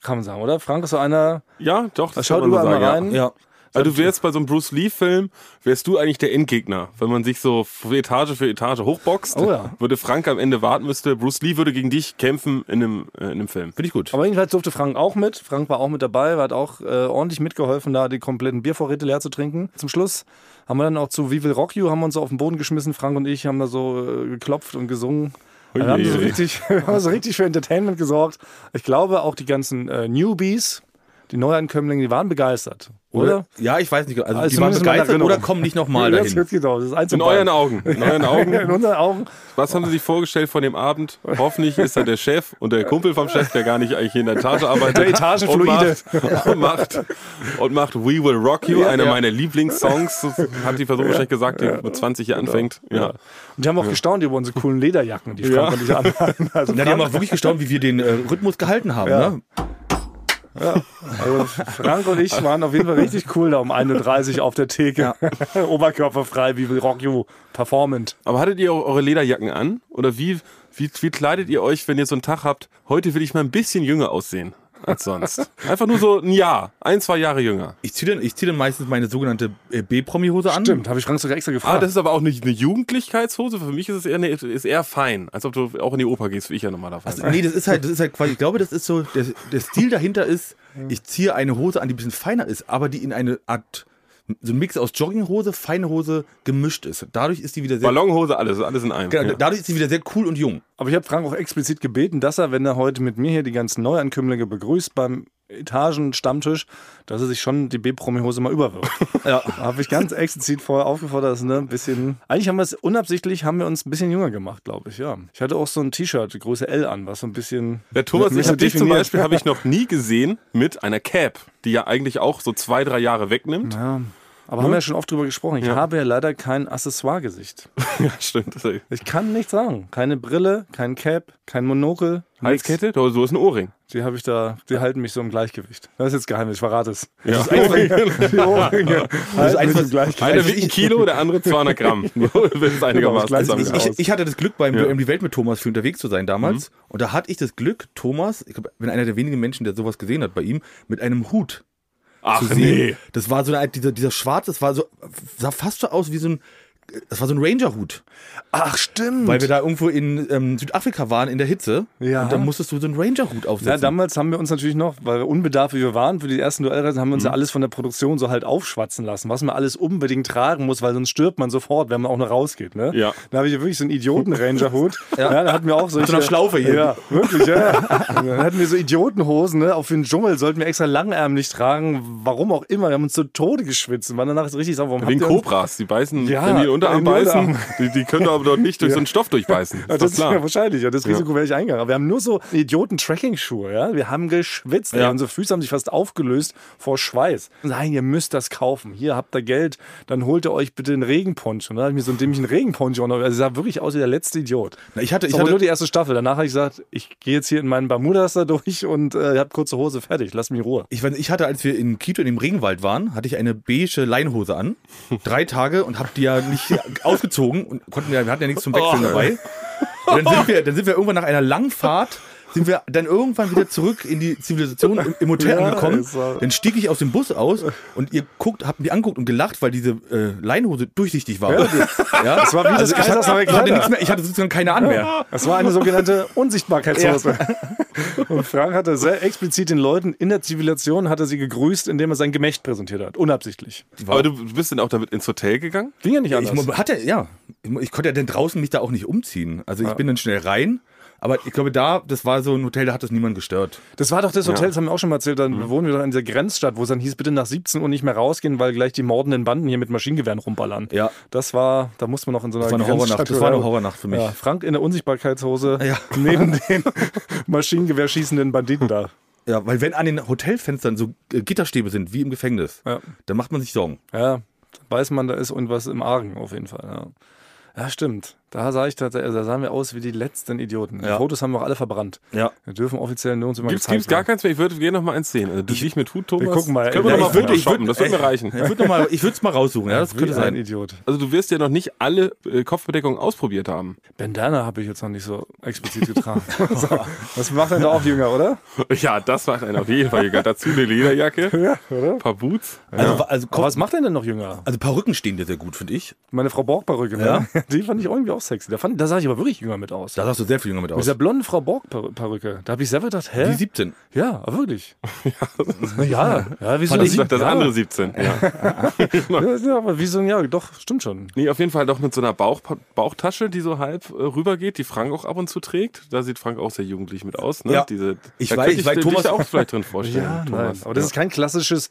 Speaker 2: kann man sagen, oder? Frank ist so einer,
Speaker 3: Ja, doch. Das
Speaker 2: schaut
Speaker 3: kann man
Speaker 2: überall mal
Speaker 3: ja.
Speaker 2: rein.
Speaker 1: ja.
Speaker 3: Also du wärst bei so einem Bruce Lee-Film, wärst du eigentlich der Endgegner. Wenn man sich so für Etage für Etage hochboxt,
Speaker 2: Oh ja.
Speaker 3: würde Frank am Ende warten müsste. Bruce Lee würde gegen dich kämpfen in einem, äh, in einem Film.
Speaker 1: Finde ich gut.
Speaker 2: aber jedenfalls durfte Frank auch mit. Frank war auch mit dabei, er hat auch äh, ordentlich mitgeholfen, da die kompletten Biervorräte leer zu trinken. Zum Schluss haben wir dann auch zu We Will Rock You, haben wir uns so auf den Boden geschmissen, Frank und ich, haben da so äh, geklopft und gesungen. Wir haben so richtig, [laughs] wir haben so richtig für Entertainment gesorgt. Ich glaube, auch die ganzen äh, Newbies, die Neuankömmlinge, die waren begeistert, oder?
Speaker 1: Ja, ich weiß nicht. Also,
Speaker 2: Also
Speaker 1: die waren
Speaker 2: zumindest in meiner
Speaker 1: begeistert
Speaker 2: Erinnerung.
Speaker 1: oder kommen nicht [laughs] nochmal
Speaker 2: Ja, das
Speaker 1: dahin.
Speaker 2: ist genau, das ist eins
Speaker 3: In
Speaker 2: und beide.
Speaker 3: euren Augen. In
Speaker 2: [laughs]
Speaker 3: euren
Speaker 2: In
Speaker 3: Augen.
Speaker 2: unseren Augen.
Speaker 3: Was haben Sie sich vorgestellt von dem Abend? Hoffentlich ist da der Chef und der Kumpel vom Chef, der gar nicht eigentlich in der Etage arbeitet.
Speaker 2: Der Etagenfluide.
Speaker 3: Und macht, und macht, und macht We Will Rock You, einer
Speaker 1: ja.
Speaker 3: meiner Lieblingssongs. Das hat die Person wahrscheinlich gesagt, die mit 20 hier anfängt. Genau. Ja.
Speaker 2: Und die haben auch gestaunt über unsere coolen Lederjacken, die Frank
Speaker 3: Ja.
Speaker 2: und ich anhaben. Also,
Speaker 1: Na, die haben auch wirklich gestaunt, wie wir den äh, Rhythmus gehalten haben.
Speaker 2: Ja.
Speaker 1: Ne?
Speaker 2: also Frank und ich waren auf jeden Fall richtig cool da um 31 auf der Theke. [laughs] Oberkörperfrei, wie will Rock You performant.
Speaker 3: Aber hattet ihr auch eure Lederjacken an? Oder wie, wie, wie kleidet ihr euch, wenn ihr so einen Tag habt, heute will ich mal ein bisschen jünger aussehen als sonst? Einfach nur so ein Jahr, ein, zwei Jahre jünger.
Speaker 1: Ich ziehe dann, ich zieh dann meistens meine sogenannte äh, B-Promi-Hose an.
Speaker 2: Stimmt, habe ich Frank sogar extra gefragt.
Speaker 3: Ah, das ist aber auch eine, eine Jugendlichkeitshose. Für mich ist es eher, eine, ist eher fein, als ob du auch in die Oper gehst, wie ich ja normalerweise.
Speaker 1: Nee, das ist halt, das ist halt quasi, ich glaube, das ist so, der, der Stil dahinter ist,
Speaker 2: Mhm.
Speaker 1: ich ziehe eine Hose an, die ein bisschen feiner ist, aber die in eine Art, so ein Mix aus Jogginghose, feine Hose gemischt ist. Dadurch ist die wieder sehr,
Speaker 3: Ballonhose, alles, alles in einem.
Speaker 1: genau,
Speaker 3: Ja.
Speaker 1: dadurch ist die wieder sehr cool und jung.
Speaker 2: Aber ich habe Frank auch explizit gebeten, dass er, wenn er heute mit mir hier die ganzen Neuankömmlinge begrüßt beim Etagenstammtisch, dass er sich schon die B-Promi-Hose mal
Speaker 3: [laughs]
Speaker 2: überwirft. ja. Habe ich ganz explizit vorher aufgefordert, dass ne, ein bisschen. Eigentlich haben wir es unabsichtlich, haben wir uns ein bisschen jünger gemacht, glaube ich, ja. Ich hatte auch so ein T-Shirt, Größe L an, was so ein bisschen.
Speaker 3: Der Thomas,
Speaker 2: mich
Speaker 3: ich
Speaker 2: so
Speaker 3: hab dich zum
Speaker 2: definiert.
Speaker 3: Beispiel habe ich noch nie gesehen mit einer Cap, die ja eigentlich auch so zwei, drei
Speaker 2: [laughs]
Speaker 3: Jahre wegnimmt.
Speaker 2: [laughs] Ja. Aber haben wir ja schon oft drüber gesprochen. Ich habe ja leider kein Accessoire-Gesicht.
Speaker 3: Ja, stimmt.
Speaker 2: Ich kann nichts sagen. Keine Brille, kein Cap, kein Monokel. nichts.
Speaker 3: Halskette? Du hast einen Ohrring.
Speaker 2: Die habe ich da, die halten mich so im Gleichgewicht. Das ist jetzt geheimnis, ich verrate es.
Speaker 3: Ja.
Speaker 2: [laughs] Die Ohrringe. Das
Speaker 1: eins, was- Also
Speaker 3: Einer wiegt ein Kilo, der andere
Speaker 2: [laughs]
Speaker 3: 200 Gramm. [laughs] Wenn es einigermaßen
Speaker 2: Genau, Mhm. das Gleiche.
Speaker 3: zusammengeht.
Speaker 1: also Ich, ich hatte das Glück, beim
Speaker 3: Ja.
Speaker 1: um die Welt mit Thomas viel unterwegs zu sein damals. Und da hatte ich das Glück, Thomas, ich glaub, bin einer der wenigen Menschen, der sowas gesehen hat bei ihm, mit einem Hut
Speaker 3: Ach
Speaker 1: zu sehen. Das war so eine, Art- dieser, dieser schwarze, das war so, sah fast so aus wie so ein, das war so ein Ranger-Hut.
Speaker 2: Ach, stimmt.
Speaker 1: Weil wir da irgendwo in ähm, Südafrika waren in der Hitze.
Speaker 2: Ja.
Speaker 1: Und da musstest du so einen Ranger-Hut
Speaker 2: ja,
Speaker 1: aufsetzen.
Speaker 2: damals haben wir uns natürlich noch, weil wir unbedarf wie wir waren für die ersten Duellreisen, haben wir uns
Speaker 1: Mhm.
Speaker 2: ja alles von der Produktion so halt aufschwatzen lassen, was man alles unbedingt tragen muss, weil sonst stirbt man sofort, wenn man auch noch rausgeht. Ne?
Speaker 3: Ja.
Speaker 2: Da habe ich ja wirklich so
Speaker 1: [laughs]
Speaker 2: einen Idioten-Ranger-Hut. ja. da hatten wir auch solche.
Speaker 1: einer Schlaufe hier.
Speaker 2: Ja, wirklich, ja. Dann hatten wir so Idiotenhosen, ne? Auf den Dschungel sollten wir extra langärmlich tragen, warum auch immer. Wir haben uns zu Tode geschwitzt und waren danach so richtig sauer. Warum
Speaker 3: Wegen
Speaker 2: habt ihr uns-
Speaker 3: Kobras, die beißen,
Speaker 2: Ja,
Speaker 3: wenn die den Unterarm
Speaker 2: in den Unterarm.
Speaker 3: beißen, die, die können aber doch nicht durch so einen Stoff durchbeißen. Ist
Speaker 2: [laughs] Ja,
Speaker 3: doch
Speaker 2: das ist ja
Speaker 3: klar.
Speaker 2: wahrscheinlich. Ja, das Risiko wäre ich eingegangen. Aber wir haben nur so Idioten-Tracking-Schuhe. Ja? Wir haben geschwitzt. Ey.
Speaker 1: Ja.
Speaker 2: Unsere Füße haben sich fast aufgelöst vor Schweiß. Nein, ihr müsst das kaufen. Hier habt ihr Geld. Dann holt ihr euch bitte einen Regenponcho. Und Dann hatte ich mir so einen dämlichen Regenponcho. noch- Also ich sah wirklich aus wie der letzte Idiot.
Speaker 1: Na, ich hatte,
Speaker 2: Das
Speaker 1: ich
Speaker 2: war aber nur
Speaker 1: hatte,
Speaker 2: die erste Staffel. Danach habe ich gesagt, ich gehe jetzt hier in meinen Bermudas da durch und äh, ihr habt kurze Hose fertig. Lasst mich in Ruhe.
Speaker 1: ich, weiß- ich hatte, als wir in Quito in dem Regenwald waren, hatte ich eine beige Leinhose an. Drei Tage und hab die ja nicht [laughs] ausgezogen und konnten ja, wir hatten ja nichts zum Wechseln
Speaker 3: Oh.
Speaker 1: dabei. Und dann sind wir, dann sind wir irgendwann nach einer langen Fahrt, sind wir dann irgendwann wieder zurück in die Zivilisation im, im Hotel
Speaker 2: Ja,
Speaker 1: angekommen.
Speaker 2: es war-
Speaker 1: Dann stieg ich aus dem Bus aus und ihr guckt, habt mich angeguckt und gelacht, weil diese äh, Leinhose durchsichtig war. Ja, Also
Speaker 2: Das war wie das
Speaker 1: ich, hatte,
Speaker 2: Kaisersneue
Speaker 1: ich, hatte
Speaker 2: Kleider.
Speaker 1: nichts mehr, ich hatte sozusagen keine an mehr.
Speaker 2: Das war eine sogenannte Unsichtbarkeitshose. [laughs] Und Frank hatte sehr explizit den Leuten in der Zivilisation hatte sie gegrüßt, indem er sein Gemächt präsentiert hat. Unabsichtlich.
Speaker 3: Aber du bist dann auch damit ins Hotel gegangen?
Speaker 2: Ging ja nicht
Speaker 1: Ich
Speaker 2: anders.
Speaker 1: mu- hatte, ja, ich mu- ich konnte ja denn draußen mich da auch nicht umziehen. Also ich bin dann schnell rein. Aber ich glaube, da, das war so ein Hotel, da hat das niemand gestört.
Speaker 2: das war doch das Hotel, das haben wir auch schon mal erzählt, dann
Speaker 1: Mhm.
Speaker 2: wohnen wir doch in dieser Grenzstadt, wo es dann hieß, bitte nach 17 Uhr nicht mehr rausgehen, weil gleich die mordenden Banden hier mit Maschinengewehren rumballern.
Speaker 1: Ja.
Speaker 2: Das war, da musste man noch in so einer
Speaker 1: Das war eine
Speaker 2: Grenzstadt-
Speaker 1: Horrornacht, das war eine Horrornacht für mich.
Speaker 2: Ja, Frank in der Unsichtbarkeitshose
Speaker 1: Ja.
Speaker 2: [laughs] neben den Maschinengewehr schießenden Banditen da.
Speaker 1: Ja, weil wenn an den Hotelfenstern so äh, Gitterstäbe sind, wie im Gefängnis,
Speaker 2: Ja.
Speaker 1: dann macht man sich Sorgen.
Speaker 2: Ja, weiß man, da ist irgendwas im Argen auf jeden Fall. Ja, ja stimmt. Da sah ich tatsächlich, also da sahen wir aus wie die letzten Idioten. Die
Speaker 1: Ja.
Speaker 2: Fotos haben wir auch alle verbrannt.
Speaker 1: Ja.
Speaker 2: Wir dürfen offiziell nirgends immer
Speaker 3: Gibt's,
Speaker 2: gezeigt
Speaker 3: gibt's gar
Speaker 2: werden.
Speaker 3: keins mehr? Ich würde gerne noch mal eins sehen. Also, du, ich mit Hut, Thomas.
Speaker 2: Wir gucken mal.
Speaker 3: Das Können wir
Speaker 2: Ja,
Speaker 3: noch
Speaker 2: ich
Speaker 3: mal
Speaker 2: würd-
Speaker 3: Fotos
Speaker 1: ich würd-
Speaker 3: shoppen, das würde mir reichen.
Speaker 1: Ich würde mal, ich würde es mal raussuchen, ja, das könnte
Speaker 2: Wie ein
Speaker 1: sein.
Speaker 2: Idiot.
Speaker 3: Also du wirst ja noch nicht alle äh, Kopfbedeckungen ausprobiert haben. [laughs]
Speaker 2: Bandana habe ich jetzt noch nicht so explizit
Speaker 1: [laughs]
Speaker 2: getragen. [laughs] so, das macht einen da auch jünger, oder?
Speaker 3: Ja, das macht einen auf jeden Fall jünger. Dazu eine Lederjacke,
Speaker 2: Ja, oder?
Speaker 3: ein paar Boots.
Speaker 1: Also, also,
Speaker 2: Aber
Speaker 1: Kopf,
Speaker 2: was macht denn denn noch jünger?
Speaker 1: also Perücken stehen dir sehr gut, finde ich.
Speaker 2: Meine Frau Borgbarücke, ne? [laughs] Die fand ich irgendwie auch sexy. Da, fand, da sah ich aber wirklich jünger mit aus.
Speaker 1: Da sahst du sehr viel jünger mit
Speaker 2: mit
Speaker 1: aus.
Speaker 2: dieser blonden Frau Borg-Perücke. Da habe ich selber gedacht, hä?
Speaker 1: Die 17.
Speaker 2: Ja, aber
Speaker 1: [laughs]
Speaker 2: wirklich. ja, ja, wie so
Speaker 3: Das,
Speaker 2: eine-
Speaker 3: das
Speaker 2: ja.
Speaker 3: andere 17. Ja.
Speaker 2: [laughs] Ja, aber wie so ein, ja, doch, stimmt schon.
Speaker 3: Nee, auf jeden Fall doch mit so einer Bauch, Bauchtasche, die so halb äh, rübergeht, die Frank auch ab und zu trägt. Da sieht Frank auch sehr jugendlich mit aus. Ne?
Speaker 1: Ja.
Speaker 3: Diese,
Speaker 1: Ich
Speaker 3: da
Speaker 1: weiß-
Speaker 3: könnte
Speaker 1: ich weiß,
Speaker 3: dich
Speaker 1: Thomas-
Speaker 3: da auch vielleicht drin
Speaker 2: [laughs]
Speaker 3: vorstellen.
Speaker 2: Nein, aber das ist kein klassisches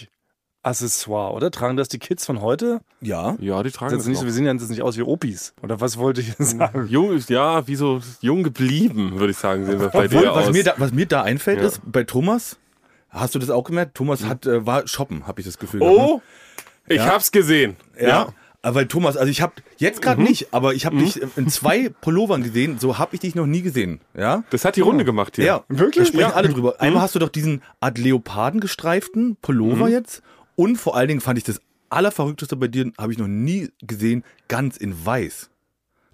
Speaker 2: Jugendlich-Accessoire, oder? Tragen das die Kids von heute?
Speaker 1: Ja.
Speaker 3: ja, die
Speaker 2: Das Hm.
Speaker 3: tragen das
Speaker 2: ist nicht,
Speaker 3: noch.
Speaker 2: wir sehen ja jetzt nicht aus wie Opis. Oder was wollte ich jetzt sagen?
Speaker 3: Jung ist, ja, wie so jung geblieben, würde ich sagen, sehen wir bei
Speaker 1: Obwohl,
Speaker 3: dir
Speaker 1: was
Speaker 3: aus.
Speaker 1: mir, da, was mir da einfällt,
Speaker 3: Ja.
Speaker 1: ist, bei Thomas, hast du das auch gemerkt? Thomas hat, äh, war shoppen, habe ich das Gefühl. gehabt,
Speaker 3: oh, ich hab's gesehen.
Speaker 1: ne? ja. Aber Weil Thomas, also ich habe jetzt
Speaker 2: Mhm.
Speaker 1: gerade nicht, aber ich habe dich in zwei Pullovern gesehen, so habe ich dich noch nie gesehen. Ja.
Speaker 3: Das hat die Runde gemacht hier.
Speaker 1: Ja,
Speaker 2: Wirklich?
Speaker 1: Da sprechen
Speaker 2: Ja. Mhm.
Speaker 1: alle drüber. Einmal hast du doch diesen Art Leoparden gestreiften Pullover jetzt. Und vor allen Dingen fand ich das Allerverrückteste bei dir, habe ich noch nie gesehen, ganz in weiß.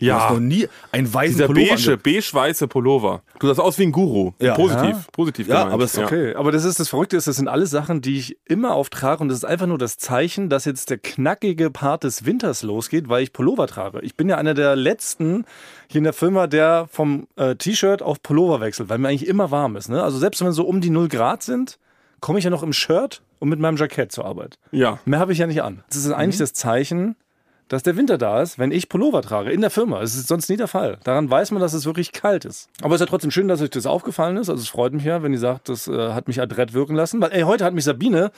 Speaker 1: Du hast noch
Speaker 3: ja.
Speaker 1: nie einen weißen
Speaker 3: Dieser
Speaker 1: Pullover.
Speaker 3: beige,
Speaker 1: ange-
Speaker 3: beige-weiße Pullover. Du sahst aus wie ein Guru.
Speaker 1: Ja.
Speaker 3: Positiv,
Speaker 2: Ja.
Speaker 3: positiv
Speaker 1: Ja,
Speaker 3: gemeint.
Speaker 1: aber ist
Speaker 3: Ja.
Speaker 2: Okay, aber das ist das Verrückte, ist, das sind alles Sachen, die ich immer auftrage und das ist einfach nur das Zeichen, dass jetzt der knackige Part des Winters losgeht, weil ich Pullover trage. Ich bin ja einer der letzten hier in der Firma, der vom äh, T-Shirt auf Pullover wechselt, weil mir eigentlich immer warm ist. Ne? Also selbst wenn so um die 0 Grad sind, komme ich ja noch im Shirt und mit meinem Jackett zur Arbeit.
Speaker 3: Ja.
Speaker 2: Mehr habe ich ja nicht an. Das ist eigentlich das Zeichen, dass der Winter da ist, wenn ich Pullover trage in der Firma. Das ist sonst nie der Fall. Daran weiß man, dass es wirklich kalt ist. Aber es ist ja trotzdem schön, dass euch das aufgefallen ist. Also es freut mich ja, wenn ihr sagt, das äh, hat mich adrett wirken lassen. Weil ey, heute hat mich Sabine,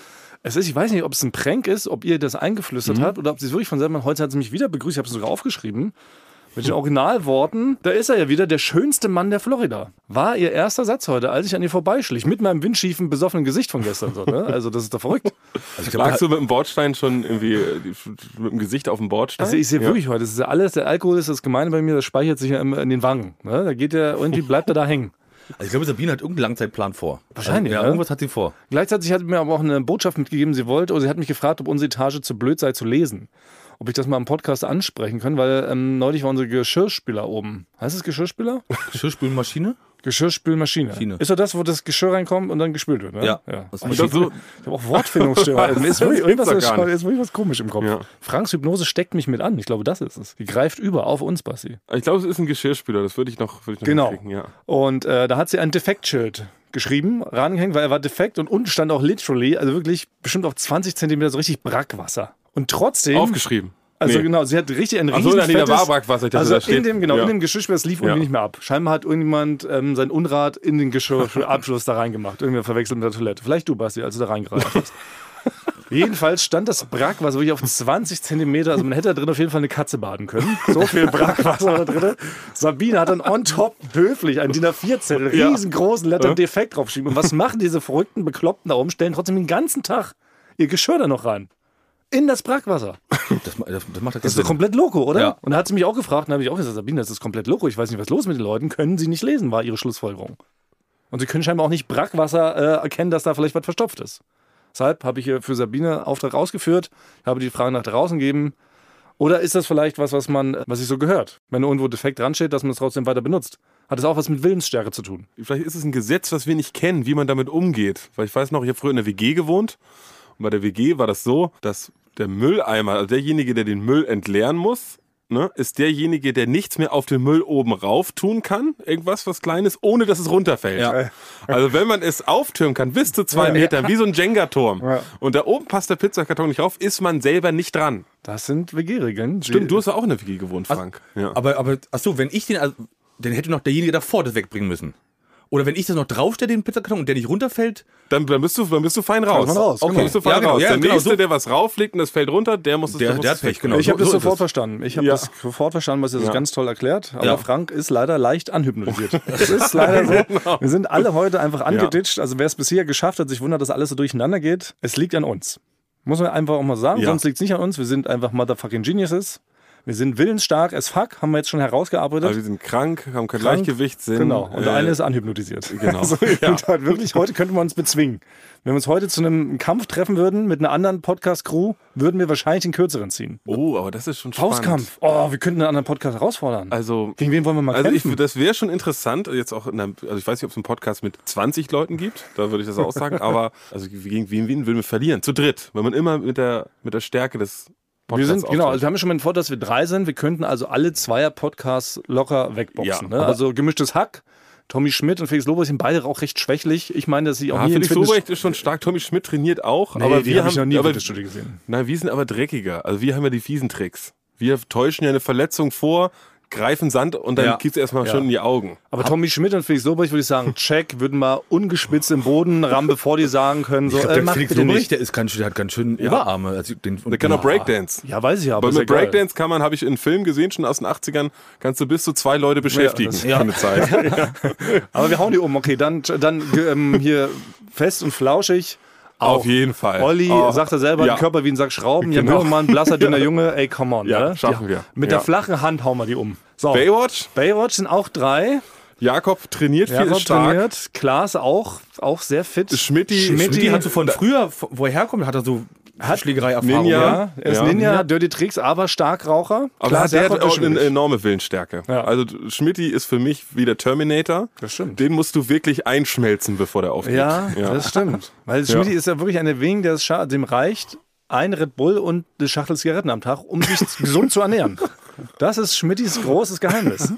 Speaker 2: es ist, ich weiß nicht, ob es ein Prank ist, ob ihr das eingeflüstert habt oder ob sie es wirklich von selber, heute hat sie mich wieder begrüßt, ich habe es sogar aufgeschrieben. Mit den Originalworten, da ist er ja wieder, der schönste Mann der Florida. War ihr erster Satz heute, als ich an ihr vorbeischlich, mit meinem windschiefen, besoffenen Gesicht von gestern. So, ne? Also das ist doch verrückt.
Speaker 1: Also ich glaub,
Speaker 3: Lagst du mit dem Bordstein schon irgendwie äh, die- mit dem Gesicht auf dem Bordstein?
Speaker 2: Also ich sehe wirklich heute, das ist ja alles, der Alkohol ist das Gemeine bei mir, das speichert sich ja immer in den Wangen. Ne? Da geht der, irgendwie bleibt er da
Speaker 3: [laughs]
Speaker 2: hängen.
Speaker 1: also ich glaube, Sabine hat irgendeinen Langzeitplan vor.
Speaker 2: Wahrscheinlich,
Speaker 1: Also, ja,
Speaker 2: ne?
Speaker 1: irgendwas hat sie vor.
Speaker 2: Gleichzeitig hat sie mir aber auch eine Botschaft mitgegeben, sie wollte, oder sie hat mich gefragt, ob unsere Etage zu blöd sei zu lesen. Ob ich das mal im Podcast ansprechen kann, weil ähm, neulich war unser Geschirrspüler oben. Heißt es Geschirrspüler?
Speaker 3: [laughs]
Speaker 1: Geschirrspülmaschine?
Speaker 2: Geschirrspülmaschine.
Speaker 1: Schiene.
Speaker 2: Ist doch das, wo das Geschirr reinkommt und dann gespült wird, ne?
Speaker 1: Ja.
Speaker 2: Ich
Speaker 1: Das
Speaker 2: habe
Speaker 1: ist
Speaker 3: doch so-
Speaker 2: auch
Speaker 3: [laughs]
Speaker 2: Wortfindungsstörungen.
Speaker 3: Was?
Speaker 2: Ist wirklich
Speaker 3: Das gibt's
Speaker 2: irgendwas,
Speaker 3: doch
Speaker 2: ist
Speaker 3: gar
Speaker 2: schon-
Speaker 3: nicht.
Speaker 2: ist wirklich was komisch im Kopf.
Speaker 3: Ja.
Speaker 2: Franks Hypnose steckt mich mit an. Ich glaube, das ist es. Die greift über auf uns, Basti.
Speaker 3: Ich glaube, es ist ein Geschirrspüler, das würde ich noch, würde ich noch
Speaker 2: Genau.
Speaker 3: hinkriegen, ja.
Speaker 2: Und äh, da hat sie ein Defektschild geschrieben, rangehängt, weil er war defekt und unten stand auch literally, also wirklich bestimmt auf 20 Zentimeter so richtig Brackwasser. Und trotzdem.
Speaker 3: Aufgeschrieben.
Speaker 2: Also
Speaker 3: Nee.
Speaker 2: genau, sie hat richtig ein
Speaker 3: Ach so,
Speaker 2: riesen
Speaker 3: nein, nee, da war Brackwasser, ich dachte,
Speaker 2: Also
Speaker 3: da steht-
Speaker 2: in dem, genau,
Speaker 3: ja.
Speaker 2: in dem Geschirrspüler, es lief irgendwie
Speaker 3: Ja.
Speaker 2: nicht mehr ab. Scheinbar hat irgendjemand ähm, sein Unrat in den
Speaker 3: [laughs]
Speaker 2: Geschirrabschluss da reingemacht. Irgendwer verwechselt mit der Toilette. Vielleicht du, Basti, als du da
Speaker 3: [laughs]
Speaker 2: reingreift hast. Jedenfalls stand das Brackwasser wirklich auf 20 Zentimeter. Also man hätte da drin auf jeden Fall eine Katze baden können. So
Speaker 3: [laughs]
Speaker 2: viel Brackwasser war da drin. Sabine hat dann on top höflich einen DIN A4-Zettel,
Speaker 3: Ja.
Speaker 2: riesengroßen Lettern defekt draufgeschrieben.
Speaker 3: [laughs]
Speaker 2: Und was machen diese verrückten Bekloppten da oben? Stellen trotzdem den ganzen Tag ihr Geschirr da noch rein. In das Brackwasser.
Speaker 1: Das, ma- das, das macht
Speaker 2: Das ist
Speaker 3: Also,
Speaker 2: doch komplett loco, oder?
Speaker 1: Ja.
Speaker 2: Und da hat sie mich auch gefragt, und da habe ich auch gesagt, Sabine, das ist komplett loco. Ich weiß nicht, was los mit den Leuten. Können sie nicht lesen, war ihre Schlussfolgerung. Und sie können scheinbar auch nicht Brackwasser äh, erkennen, dass da vielleicht was verstopft ist. Deshalb habe ich hier für Sabine Auftrag ausgeführt, habe die Fragen nach draußen gegeben. Oder ist das vielleicht was, was man, was sich so gehört, wenn irgendwo defekt dran steht, dass man es trotzdem weiter benutzt? Hat es auch was mit Willensstärke zu tun?
Speaker 3: Vielleicht ist es ein Gesetz, was wir nicht kennen, wie man damit umgeht. Weil ich weiß noch, ich habe früher in der WG gewohnt. Und bei der WG war das so, dass der Mülleimer, also derjenige, der den Müll entleeren muss, ne, ist derjenige, der nichts mehr auf den Müll oben rauf tun kann. Irgendwas, was Kleines, ohne dass es runterfällt.
Speaker 1: Ja.
Speaker 3: Also wenn man es auftürmen kann, bis zu zwei Metern, wie so ein Jenga-Turm. Und da oben passt der Pizzakarton nicht rauf, ist man selber nicht dran.
Speaker 2: Das sind WG-Regeln.
Speaker 3: Stimmt, du hast ja auch in der WG gewohnt,
Speaker 1: Also
Speaker 3: Frank. ja.
Speaker 1: Aber, aber achso, wenn ich den, also, dann hätte noch derjenige davor das wegbringen müssen. Oder wenn ich das noch draufstelle, den Pizzakarton, und der nicht runterfällt,
Speaker 3: Dann, dann, bist du, dann bist du fein raus.
Speaker 2: man raus,
Speaker 3: Dann
Speaker 2: genau.
Speaker 3: bist du fein
Speaker 1: Ja, genau,
Speaker 3: raus.
Speaker 1: ja,
Speaker 3: der
Speaker 1: genau,
Speaker 3: Nächste,
Speaker 1: so.
Speaker 3: der was rauflegt und das fällt runter, der muss es
Speaker 1: Der-
Speaker 3: muss
Speaker 1: der
Speaker 3: es
Speaker 1: hat Pech,
Speaker 3: wegnehmen.
Speaker 1: genau.
Speaker 2: Ich habe
Speaker 1: So-
Speaker 2: das
Speaker 1: so ist
Speaker 2: sofort
Speaker 1: es.
Speaker 2: verstanden. Ich habe
Speaker 3: Ja.
Speaker 2: das sofort verstanden, was ihr das
Speaker 3: Ja.
Speaker 2: ganz toll erklärt. Aber
Speaker 1: Ja.
Speaker 2: Frank ist leider leicht
Speaker 3: [laughs]
Speaker 2: anhypnotisiert. Das ist leider so.
Speaker 3: Genau.
Speaker 2: Wir sind alle heute einfach angeditscht. Also wer es bisher geschafft hat, sich wundert, dass alles so durcheinander geht. Es liegt an uns. Muss man einfach auch mal sagen.
Speaker 3: Ja.
Speaker 2: Sonst liegt es nicht an uns. Wir sind einfach motherfucking Geniuses. Wir sind willensstark as fuck, haben wir jetzt schon herausgearbeitet.
Speaker 3: Also wir sind krank, haben
Speaker 2: Krank,
Speaker 3: kein Gleichgewichtssinn.
Speaker 2: Genau, und der
Speaker 3: äh,
Speaker 2: eine ist anhypnotisiert. [laughs]
Speaker 3: genau.
Speaker 2: Also,
Speaker 3: Ja.
Speaker 2: und halt wirklich, heute könnten wir uns bezwingen. Wenn wir uns heute zu einem Kampf treffen würden mit einer anderen Podcast-Crew, würden wir wahrscheinlich den kürzeren ziehen.
Speaker 3: Oh, aber das ist schon spannend.
Speaker 2: Faustkampf. Oh, wir könnten einen anderen Podcast herausfordern.
Speaker 3: Also,
Speaker 2: Gegen wen wollen wir mal
Speaker 3: also ich,
Speaker 2: kämpfen?
Speaker 3: das wäre schon interessant, jetzt auch in einem, also ich weiß nicht, ob es einen Podcast mit 20 Leuten gibt, da würde ich das auch
Speaker 2: [laughs]
Speaker 3: sagen, aber also gegen wen, wen würden wir verlieren? Zu dritt, wenn man immer mit der, mit der Stärke des
Speaker 2: Wir
Speaker 3: Podcast
Speaker 2: sind, genau, also
Speaker 3: auftritt.
Speaker 2: wir haben ja schon mal den Vorteil, dass wir drei sind. Wir könnten also alle Zweier-Podcasts locker wegboxen.
Speaker 3: Ja,
Speaker 2: ne? Also gemischtes Hack, Tommy Schmidt und Felix Lobrecht sind beide auch recht schwächlich. Ich meine, dass sie auch
Speaker 3: Ja,
Speaker 2: nie
Speaker 3: Ah, Felix
Speaker 2: ins Fitness-
Speaker 3: Lobrecht ist schon stark, Tommy Schmidt trainiert auch,
Speaker 2: Nee,
Speaker 3: aber
Speaker 2: die
Speaker 3: wir
Speaker 2: hab
Speaker 3: haben
Speaker 2: ich noch nie im
Speaker 3: aber,
Speaker 2: Fitnessstudio gesehen.
Speaker 3: Nein, wir sind aber dreckiger. Also wir haben ja die fiesen Tricks. Wir täuschen ja eine Verletzung vor, greifen Sand und dann
Speaker 1: Ja.
Speaker 3: ja. kippst du erstmal
Speaker 2: Ja.
Speaker 3: schön in die Augen.
Speaker 2: Aber Tommy Schmidt und Felix Lobrecht würde ich sagen, check, würden mal ungespitzt im Boden rammen, bevor die sagen können, so,
Speaker 1: Ich glaub,
Speaker 2: äh,
Speaker 1: der
Speaker 2: mach
Speaker 1: Felix
Speaker 2: bitte
Speaker 1: Lobrecht,
Speaker 2: nicht.
Speaker 1: der ist ganz schön, der hat ganz schön Oberarme. Also den,
Speaker 3: Der kann auch Breakdance.
Speaker 2: Ja, weiß ich ja, aber
Speaker 3: Weil
Speaker 2: ist
Speaker 3: mit
Speaker 2: ja geil.
Speaker 3: Breakdance kann man, habe ich in Filmen gesehen, schon aus den 80ern, kannst du bis zu zwei Leute beschäftigen
Speaker 2: das-
Speaker 1: ja.
Speaker 2: [laughs]
Speaker 3: mit Zeit.
Speaker 2: Aber wir hauen die um. Okay, dann, dann ähm, hier fest und flauschig.
Speaker 3: Auf jeden Fall.
Speaker 2: Olli,
Speaker 3: Oh.
Speaker 2: sagt er selber,
Speaker 3: Ja.
Speaker 2: den Körper wie ein Sack Schrauben. Jan
Speaker 3: Genau.
Speaker 2: Böhmermann, blasser, dünner Junge. Ey, come on.
Speaker 3: Ja,
Speaker 2: oder?
Speaker 3: schaffen wir.
Speaker 2: Mit
Speaker 3: Ja.
Speaker 2: der flachen Hand hauen wir die um. So.
Speaker 3: Baywatch,
Speaker 2: Baywatch sind auch drei.
Speaker 3: Jakob trainiert viel,
Speaker 2: Jakob
Speaker 3: ist stark.
Speaker 2: trainiert. Klaas auch, auch sehr fit.
Speaker 3: Schmidti-
Speaker 1: Die
Speaker 3: Schmidti
Speaker 1: hat so von früher, von- wo er herkommt, hat er so Schlägerei-Erfahrung.
Speaker 3: Ninja.
Speaker 1: ja?
Speaker 2: ja, er ist
Speaker 3: Ja.
Speaker 2: Ninja, Dirty Tricks, aber Starkraucher.
Speaker 3: Aber
Speaker 2: Klaas
Speaker 3: der
Speaker 2: Jakob
Speaker 3: hat auch
Speaker 2: ist
Speaker 3: eine
Speaker 2: schwierig.
Speaker 3: enorme Willensstärke.
Speaker 2: Ja.
Speaker 3: Also Schmidti ist für mich wie der Terminator.
Speaker 2: Das stimmt.
Speaker 3: Den musst du wirklich einschmelzen, bevor der aufgeht.
Speaker 2: Ja, das stimmt. Weil Schmidti ist ja wirklich einer wenigen, der es scha- dem reicht, ein Red Bull und eine Schachtel Zigaretten am Tag, um sich [laughs] gesund zu ernähren. Das ist Schmittis großes Geheimnis.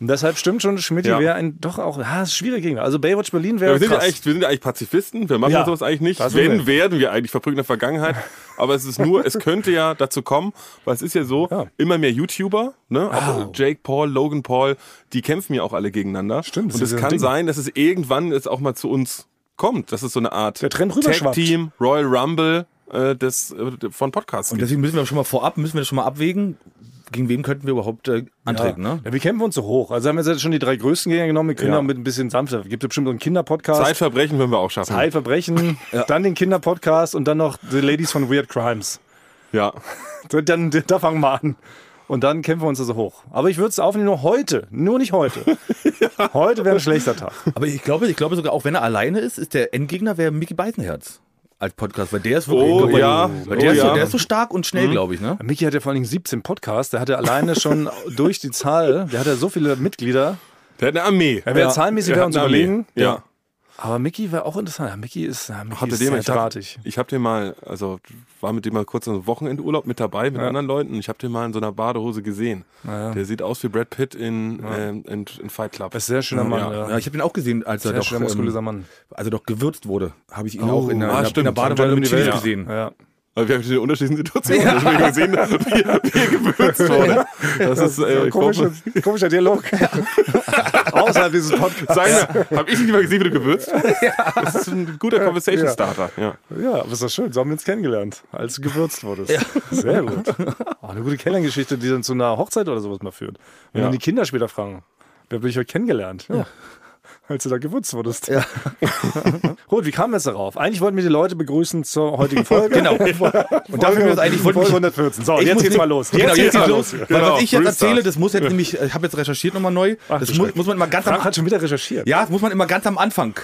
Speaker 2: Und deshalb stimmt schon, Schmidt
Speaker 3: Ja.
Speaker 2: wäre ein doch auch, ah, ist schwierig Gegner. Also Baywatch Berlin wäre
Speaker 3: Ja, wir, sind ja
Speaker 2: krass.
Speaker 3: eigentlich, wir sind ja eigentlich Pazifisten, wir machen
Speaker 2: Ja,
Speaker 3: sowas eigentlich nicht.
Speaker 2: das sind
Speaker 3: Wenn,
Speaker 2: wir.
Speaker 3: werden wir eigentlich verbrückt in der Vergangenheit.
Speaker 2: [laughs]
Speaker 3: Aber es ist nur, es könnte ja dazu kommen, weil es ist ja so,
Speaker 2: Ja.
Speaker 3: immer mehr YouTuber, ne? Auch Jake Paul, Logan Paul, die kämpfen ja auch alle gegeneinander.
Speaker 2: Stimmt, das
Speaker 3: Und
Speaker 2: ist
Speaker 3: es
Speaker 2: ja ein
Speaker 3: kann
Speaker 2: Ding.
Speaker 3: sein, dass es irgendwann jetzt auch mal zu uns kommt. Das ist so eine Art
Speaker 2: Der Trend rüberschwappt.
Speaker 3: Tag-Team, Royal Rumble äh, des, äh, von Podcasts.
Speaker 1: Und
Speaker 3: gibt.
Speaker 1: deswegen müssen wir schon mal vorab, müssen wir das schon mal abwägen, gegen wen könnten wir überhaupt äh, antreten, ne?
Speaker 2: Ja, wir kämpfen uns so hoch. Also haben wir jetzt schon die drei größten Gegner genommen. Wir können
Speaker 3: Ja.
Speaker 2: auch mit ein bisschen sanfter. Gibt es bestimmt so einen Kinderpodcast.
Speaker 3: Zeitverbrechen würden wir auch schaffen.
Speaker 2: Zeitverbrechen, dann den Kinderpodcast und dann noch The Ladies von Weird Crimes.
Speaker 3: Ja.
Speaker 2: So, Dann, da fangen wir an. Und dann kämpfen wir uns also hoch. Aber ich würde es aufnehmen, nur heute. Nur nicht
Speaker 3: [laughs]
Speaker 2: heute. Heute wäre ein schlechter Tag.
Speaker 1: Aber ich glaube, ich glaube sogar, auch wenn er alleine ist, ist der Endgegner wäre Mickey Beisenherz als Podcast, weil der ist wirklich,
Speaker 3: Oh,
Speaker 1: weil-
Speaker 3: ja.
Speaker 1: weil der,
Speaker 3: Oh,
Speaker 1: ist so,
Speaker 3: ja.
Speaker 1: der ist so stark und schnell, glaube ich, ne?
Speaker 2: Mickey hat ja vor allen Dingen 17 Podcasts. Der hat ja alleine schon durch die Zahl, der hat ja so viele Mitglieder.
Speaker 3: Der hat eine Armee.
Speaker 2: Er wäre zahlenmäßig,
Speaker 3: Er
Speaker 2: wäre
Speaker 3: hat
Speaker 2: uns
Speaker 3: eine Armee.
Speaker 2: überlegen.
Speaker 3: Ja.
Speaker 2: Aber Mickey war auch interessant. Ja, Mickey ist, ja, Mickey
Speaker 3: Habt ihr
Speaker 2: ist
Speaker 3: den mal,
Speaker 2: sehr
Speaker 3: ich hab,
Speaker 2: drahtig.
Speaker 3: ich hab den mal, also war mit dem mal kurz einen Wochenendurlaub mit dabei, mit anderen Leuten. Und ich habe den mal in so einer Badehose gesehen. Der sieht aus wie Brad Pitt in, ähm, in, in Fight Club.
Speaker 2: Das ist ein sehr schöner Mann. Ja.
Speaker 1: Ja, ich habe ihn auch gesehen, als er
Speaker 2: Sehr
Speaker 1: doch,
Speaker 2: schöner, muskulöser
Speaker 1: ähm,
Speaker 2: Mann.
Speaker 1: als er doch gewürzt wurde, habe ich ihn
Speaker 2: Oh.
Speaker 1: auch in der, in
Speaker 3: Ah,
Speaker 1: der, in
Speaker 3: stimmt.
Speaker 1: der Badewanne
Speaker 2: Von
Speaker 1: mit
Speaker 2: Johnny
Speaker 1: Chili
Speaker 2: Depp.
Speaker 1: gesehen.
Speaker 2: Ja.
Speaker 3: Also wir haben die unterschiedlichen Situationen deswegen gesehen, wie, wie er
Speaker 2: [laughs]
Speaker 3: gewürzt wurde. Das ist äh, ich
Speaker 2: Komischer,
Speaker 3: hoffe,
Speaker 2: komischer Dialog. [laughs] Außerhalb dieses Podcasts.
Speaker 3: seine, hab ich nicht mal gesehen, wie du
Speaker 2: [laughs]
Speaker 3: gewürzt wurdest? Das ist ein guter Conversation Starter. Ja.
Speaker 2: Ja, aber ist doch schön. So haben wir uns kennengelernt, als du gewürzt wurdest. Sehr gut. Auch eine gute Kennenlerngeschichte, die dann zu einer Hochzeit oder sowas mal führt. Wenn
Speaker 3: Ja.
Speaker 2: dann die Kinder später fragen, wer habe ich heute kennengelernt? Ja. Als du da gewürzt wurdest. [laughs] Ja. Gut, wie kamen wir jetzt darauf? Eigentlich wollten wir die Leute begrüßen zur heutigen Folge.
Speaker 1: Genau. [laughs]
Speaker 2: Und
Speaker 1: dafür
Speaker 2: dafür
Speaker 1: ist eigentlich-
Speaker 2: Folge
Speaker 1: ich-
Speaker 2: 114. So,
Speaker 1: Ich
Speaker 2: jetzt
Speaker 1: muss
Speaker 2: geht's
Speaker 1: nicht-
Speaker 2: mal los.
Speaker 1: Genau, jetzt geht's los. Weil
Speaker 3: Genau,
Speaker 1: was ich jetzt
Speaker 3: Restart.
Speaker 1: erzähle, das muss jetzt nämlich, ich habe jetzt recherchiert nochmal neu,
Speaker 2: Ach,
Speaker 1: das
Speaker 2: du
Speaker 1: muss,
Speaker 2: Schreck.
Speaker 1: muss man immer ganz am
Speaker 2: Frank hat schon wieder recherchiert.
Speaker 1: Ja, das muss man immer ganz am Anfang.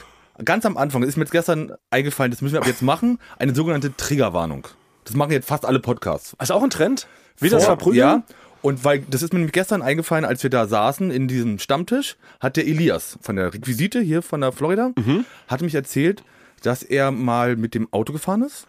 Speaker 1: Ganz am Anfang. Das ist mir jetzt gestern eingefallen, das müssen wir ab jetzt machen. Eine sogenannte Triggerwarnung. Das machen jetzt fast alle Podcasts.
Speaker 2: Ist auch ein Trend? Wie das
Speaker 1: Vor-
Speaker 2: verprügeln?
Speaker 1: Ja. Und weil, das ist mir nämlich gestern eingefallen, als wir da saßen in diesem Stammtisch, hat der Elias von der Requisite hier von der Florida,
Speaker 2: Mhm.
Speaker 1: hat mich erzählt, dass er mal mit dem Auto gefahren
Speaker 2: [gasps]
Speaker 1: ist.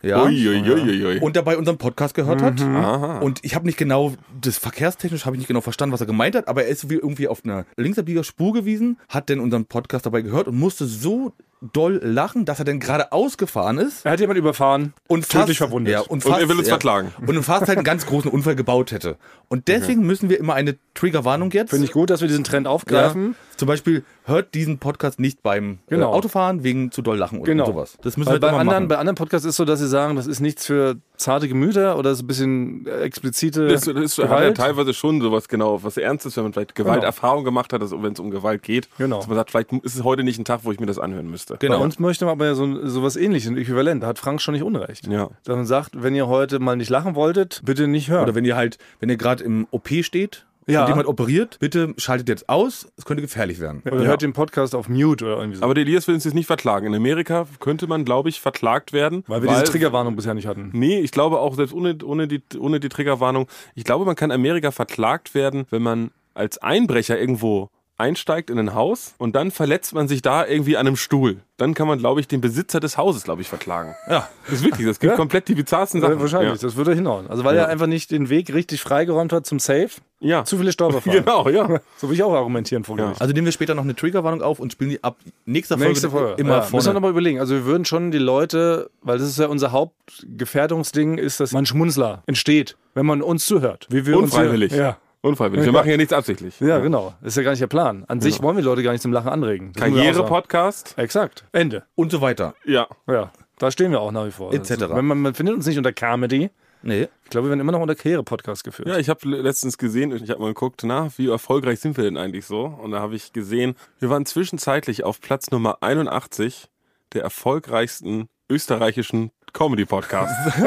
Speaker 1: Ja.
Speaker 3: Uiuiuiui.
Speaker 1: Und dabei unseren Podcast gehört hat.
Speaker 2: Mhm.
Speaker 1: Und ich habe nicht genau, das verkehrstechnisch habe ich nicht genau verstanden, was er gemeint hat, aber er ist wie irgendwie auf einer linksabbieger Spur gewesen, hat denn unseren Podcast dabei gehört und musste so doll lachen, dass er dann gerade ausgefahren ist
Speaker 2: Er hat jemand überfahren.
Speaker 1: und
Speaker 2: tödlich verwundet.
Speaker 1: Ja,
Speaker 2: Und
Speaker 1: und, fast,
Speaker 3: er will uns
Speaker 1: ja,
Speaker 3: verklagen.
Speaker 1: Und fast halt einen ganz großen Unfall gebaut hätte. Und deswegen müssen wir immer eine Triggerwarnung jetzt.
Speaker 2: Finde ich gut, dass wir diesen Trend aufgreifen.
Speaker 1: Zum Beispiel hört diesen Podcast nicht beim
Speaker 2: Genau.
Speaker 1: äh, Autofahren wegen zu doll lachen oder sowas. Das müssen
Speaker 3: halt
Speaker 2: Weil
Speaker 1: wir
Speaker 2: bei
Speaker 1: immer
Speaker 2: anderen,
Speaker 1: machen.
Speaker 2: bei anderen Podcasts ist so, dass sie sagen, das ist nichts für zarte Gemüter oder ist ein bisschen äh, explizite
Speaker 3: Das, das ist, hat ja
Speaker 2: Gewalt.
Speaker 3: teilweise schon sowas genau, was Ernstes, wenn man vielleicht Gewalterfahrung gemacht hat, also wenn es um Gewalt geht.
Speaker 2: Genau.
Speaker 3: Dass man sagt, vielleicht ist es heute nicht ein Tag, wo ich mir das anhören müsste.
Speaker 2: Bei
Speaker 1: genau.
Speaker 2: uns möchte man aber ja so, so was ähnliches, ein Äquivalent. Da hat Frank schon nicht Unrecht.
Speaker 3: Ja.
Speaker 2: Dass man sagt, wenn ihr heute mal nicht lachen wolltet, bitte nicht hören.
Speaker 1: Oder wenn ihr halt, wenn ihr gerade im OP steht
Speaker 2: Ja.
Speaker 1: und jemand operiert, bitte schaltet jetzt aus, es könnte gefährlich werden.
Speaker 2: Oder hört den Podcast auf Mute oder irgendwie so.
Speaker 3: Aber der Elias will uns jetzt nicht verklagen. In Amerika könnte man, glaube ich, verklagt werden.
Speaker 2: weil wir diese Triggerwarnung bisher nicht hatten.
Speaker 3: Nee, ich glaube auch, selbst ohne, ohne, die, ohne die Triggerwarnung, ich glaube, man kann in Amerika verklagt werden, wenn man als Einbrecher irgendwo einsteigt in ein Haus und dann verletzt man sich da irgendwie an einem Stuhl. Dann kann man, glaube ich, den Besitzer des Hauses, glaube ich, verklagen. Ja, das ist wirklich, das gibt
Speaker 2: Ja.
Speaker 3: komplett die bizarrsten
Speaker 2: Ja,
Speaker 3: Sachen.
Speaker 2: wahrscheinlich, das würde hinhauen. Also weil er einfach nicht den Weg richtig freigeräumt hat zum Safe.
Speaker 3: Ja.
Speaker 2: Zu viele Stolperfallen.
Speaker 3: [laughs] Genau, ja.
Speaker 2: So will ich auch argumentieren vor Gericht.
Speaker 1: Also nehmen wir später noch eine Triggerwarnung auf und spielen die ab nächster Folge,
Speaker 2: Nächste Folge.
Speaker 1: immer
Speaker 2: ja, Müssen wir
Speaker 1: vorne.
Speaker 2: nochmal überlegen. Also wir würden schon die Leute, weil das ist ja unser Hauptgefährdungsding, ist, dass man Schmunzler entsteht, wenn man uns zuhört. Wie wir uns hier-
Speaker 3: Unfreiwillig.
Speaker 2: ja.
Speaker 3: Unfreiwillig. Wir machen ja nichts absichtlich.
Speaker 2: ja, genau. Das ist ja gar nicht der Plan. An sich wollen wir die Leute gar nicht zum Lachen anregen. Das müssen wir auch sagen.
Speaker 3: Karriere-Podcast.
Speaker 2: Exakt. Ende.
Speaker 1: Und so weiter.
Speaker 3: Ja.
Speaker 2: Ja. Da stehen wir auch nach wie vor.
Speaker 1: Etc.
Speaker 2: Also, wenn man, man findet uns nicht unter Comedy.
Speaker 1: Nee.
Speaker 2: Ich glaube, wir werden immer noch unter Karriere-Podcast geführt.
Speaker 3: Ja, ich habe letztens gesehen, ich habe mal geguckt, na, wie erfolgreich sind wir denn eigentlich so? Und da habe ich gesehen, wir waren zwischenzeitlich auf Platz Nummer 81 der erfolgreichsten österreichischen
Speaker 2: [laughs]
Speaker 3: Comedy-Podcasts.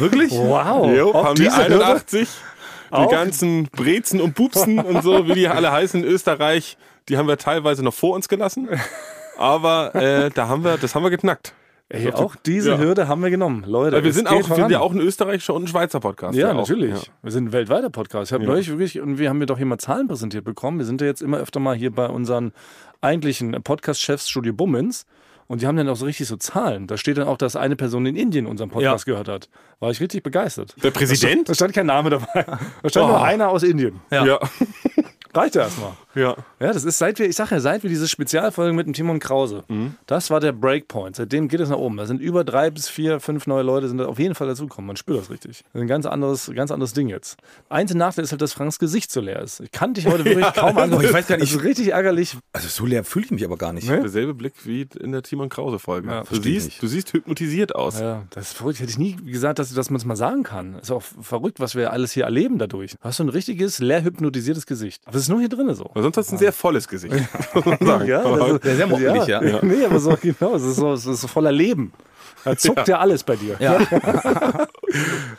Speaker 1: Wirklich?
Speaker 2: Wow.
Speaker 3: Jo,
Speaker 2: Auch
Speaker 3: haben die
Speaker 2: diese Hürde?
Speaker 3: 81, die
Speaker 2: Auch?
Speaker 3: ganzen Brezen und Pupsen und so, wie die alle heißen in Österreich, die haben wir teilweise noch vor uns gelassen. Aber äh, da haben wir, das haben wir geknackt.
Speaker 2: Ey, auch diese
Speaker 3: Ja.
Speaker 2: Hürde haben wir genommen, Leute.
Speaker 3: Weil wir
Speaker 2: es
Speaker 3: sind
Speaker 2: geht
Speaker 3: auch, wir sind
Speaker 2: voran.
Speaker 3: ja auch ein österreichischer und ein Schweizer Podcast.
Speaker 2: Ja,
Speaker 3: auch.
Speaker 2: natürlich.
Speaker 3: Ja.
Speaker 2: Wir sind ein weltweiter Podcast. Ich habe neulich wirklich, und wir haben mir doch hier mal Zahlen präsentiert bekommen. Wir sind ja jetzt immer öfter mal hier bei unseren eigentlichen Podcast-Chefs Studio Bummins. Und die haben dann auch so richtig so Zahlen. Da steht dann auch, dass eine Person in Indien unseren Podcast gehört hat. War ich richtig begeistert.
Speaker 3: Der Präsident?
Speaker 2: Da stand kein Name dabei. Da stand nur einer aus Indien.
Speaker 1: Ja.
Speaker 3: Ja.
Speaker 2: Reicht ja erstmal.
Speaker 3: ja.
Speaker 2: Ja, das ist seit wir, ich sage ja, seit wir diese Spezialfolge mit dem Timon Krause,
Speaker 1: Mhm.
Speaker 2: das war der Breakpoint. Seitdem geht es nach oben. Da sind über drei bis vier, fünf neue Leute sind da auf jeden Fall dazugekommen. Man spürt das richtig. Das ist ein ganz anderes, ganz anderes Ding jetzt. Einzige Nachteil ist halt, dass Franks Gesicht so leer ist. Ich kannte
Speaker 1: [laughs]
Speaker 2: dich heute wirklich kaum an.
Speaker 1: Ich weiß gar nicht.
Speaker 2: Das ist richtig ärgerlich.
Speaker 1: Also so leer fühle ich mich aber gar nicht.
Speaker 3: Derselbe Blick wie in der Timon Krause-Folge. du,
Speaker 1: verstehe ich
Speaker 3: siehst,
Speaker 1: nicht.
Speaker 3: du siehst hypnotisiert aus.
Speaker 2: Ja, das ist verrückt. Hätte ich nie gesagt, dass, dass man es mal sagen kann. Ist auch verrückt, was wir alles hier erleben dadurch. Du hast so ein richtiges, leer hypnotisiertes Gesicht. Aber es ist nur hier drin so.
Speaker 3: Weil sonst hast du ein sehr volles Gesicht. [laughs] muss man sagen. Aber
Speaker 2: das
Speaker 3: heute-
Speaker 2: ist-
Speaker 1: sehr moppelig, ja.
Speaker 2: [laughs] Nee, aber so, genau, es ist so, es ist so voller Leben. Da zuckt ja. alles bei dir.
Speaker 1: Ja.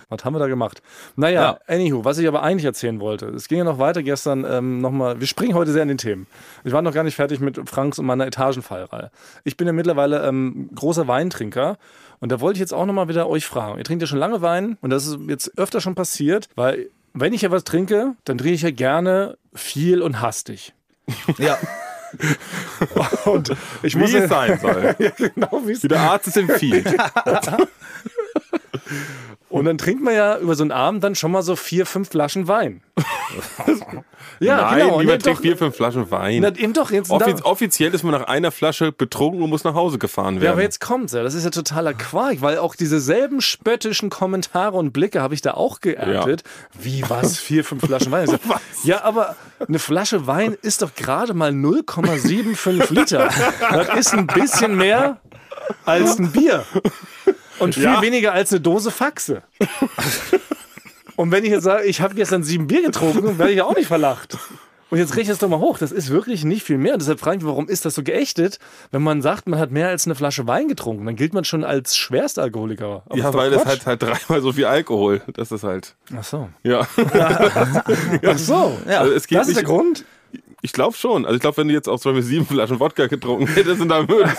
Speaker 2: Was haben wir da gemacht? Naja, anywho, was ich aber eigentlich erzählen wollte, es ging ja noch weiter gestern ähm, nochmal, wir springen heute sehr in den Themen. Ich war noch gar nicht fertig mit Franks und meiner Etagenfallreihe. Ich bin ja mittlerweile ähm, großer Weintrinker und da wollte ich jetzt auch nochmal wieder euch fragen. Ihr trinkt ja schon lange Wein und das ist jetzt öfter schon passiert, weil wenn ich ja was trinke, dann trinke ich ja gerne viel und
Speaker 3: [laughs]
Speaker 2: hastig.
Speaker 1: Ja.
Speaker 2: Und ich muss
Speaker 3: Wie es sein soll.
Speaker 2: ja, [laughs] genau, wie es
Speaker 3: [laughs] Wie der Arzt es empfiehlt.
Speaker 2: Und dann trinkt man ja über so einen Abend dann schon mal so vier, fünf Flaschen Wein.
Speaker 3: [laughs]
Speaker 2: ja,
Speaker 3: Nein,
Speaker 2: genau. Und
Speaker 3: lieber
Speaker 2: dann
Speaker 3: trink
Speaker 2: doch-
Speaker 3: vier, fünf Flaschen
Speaker 2: Na,
Speaker 3: Wein.
Speaker 2: eben doch jetzt.
Speaker 3: Offiz
Speaker 2: da,
Speaker 3: offiziell ist man nach einer Flasche betrunken und muss nach Hause gefahren
Speaker 2: ja, aber
Speaker 3: werden.
Speaker 2: jetzt kommt's ja. Das ist ja totaler Quark, weil auch diese selben spöttischen Kommentare und Blicke habe ich da auch geerntet. Wie was? Vier, fünf Flaschen
Speaker 3: [laughs]
Speaker 2: Wein? Ich sag, Ja, aber eine Flasche Wein ist doch gerade mal 0,75
Speaker 3: [laughs]
Speaker 2: Liter. Das ist ein bisschen mehr als ein Bier. Und viel
Speaker 3: Ja.
Speaker 2: weniger als eine Dose Faxe. Und wenn ich jetzt sage, ich habe gestern sieben Bier getrunken, dann werde ich ja auch nicht verlacht. Und jetzt rechne ich das doch mal hoch. Das ist wirklich nicht viel mehr. Und deshalb frage ich mich, warum ist das so geächtet? Wenn man sagt, man hat mehr als eine Flasche Wein getrunken, dann gilt man schon als Schwerstalkoholiker. Aber
Speaker 3: Ja,
Speaker 2: ist doch
Speaker 3: weil das
Speaker 2: Quatsch.
Speaker 3: hat halt dreimal so viel Alkohol. Das ist halt.
Speaker 2: Ach so.
Speaker 3: Ja.
Speaker 2: Ach so.
Speaker 3: Also es geht
Speaker 2: Das ist der
Speaker 3: nicht,
Speaker 2: Grund?
Speaker 3: ich glaube schon. Also ich glaube, wenn du jetzt auch zum Beispiel sieben Flaschen Wodka getrunken hättest und dann würdest,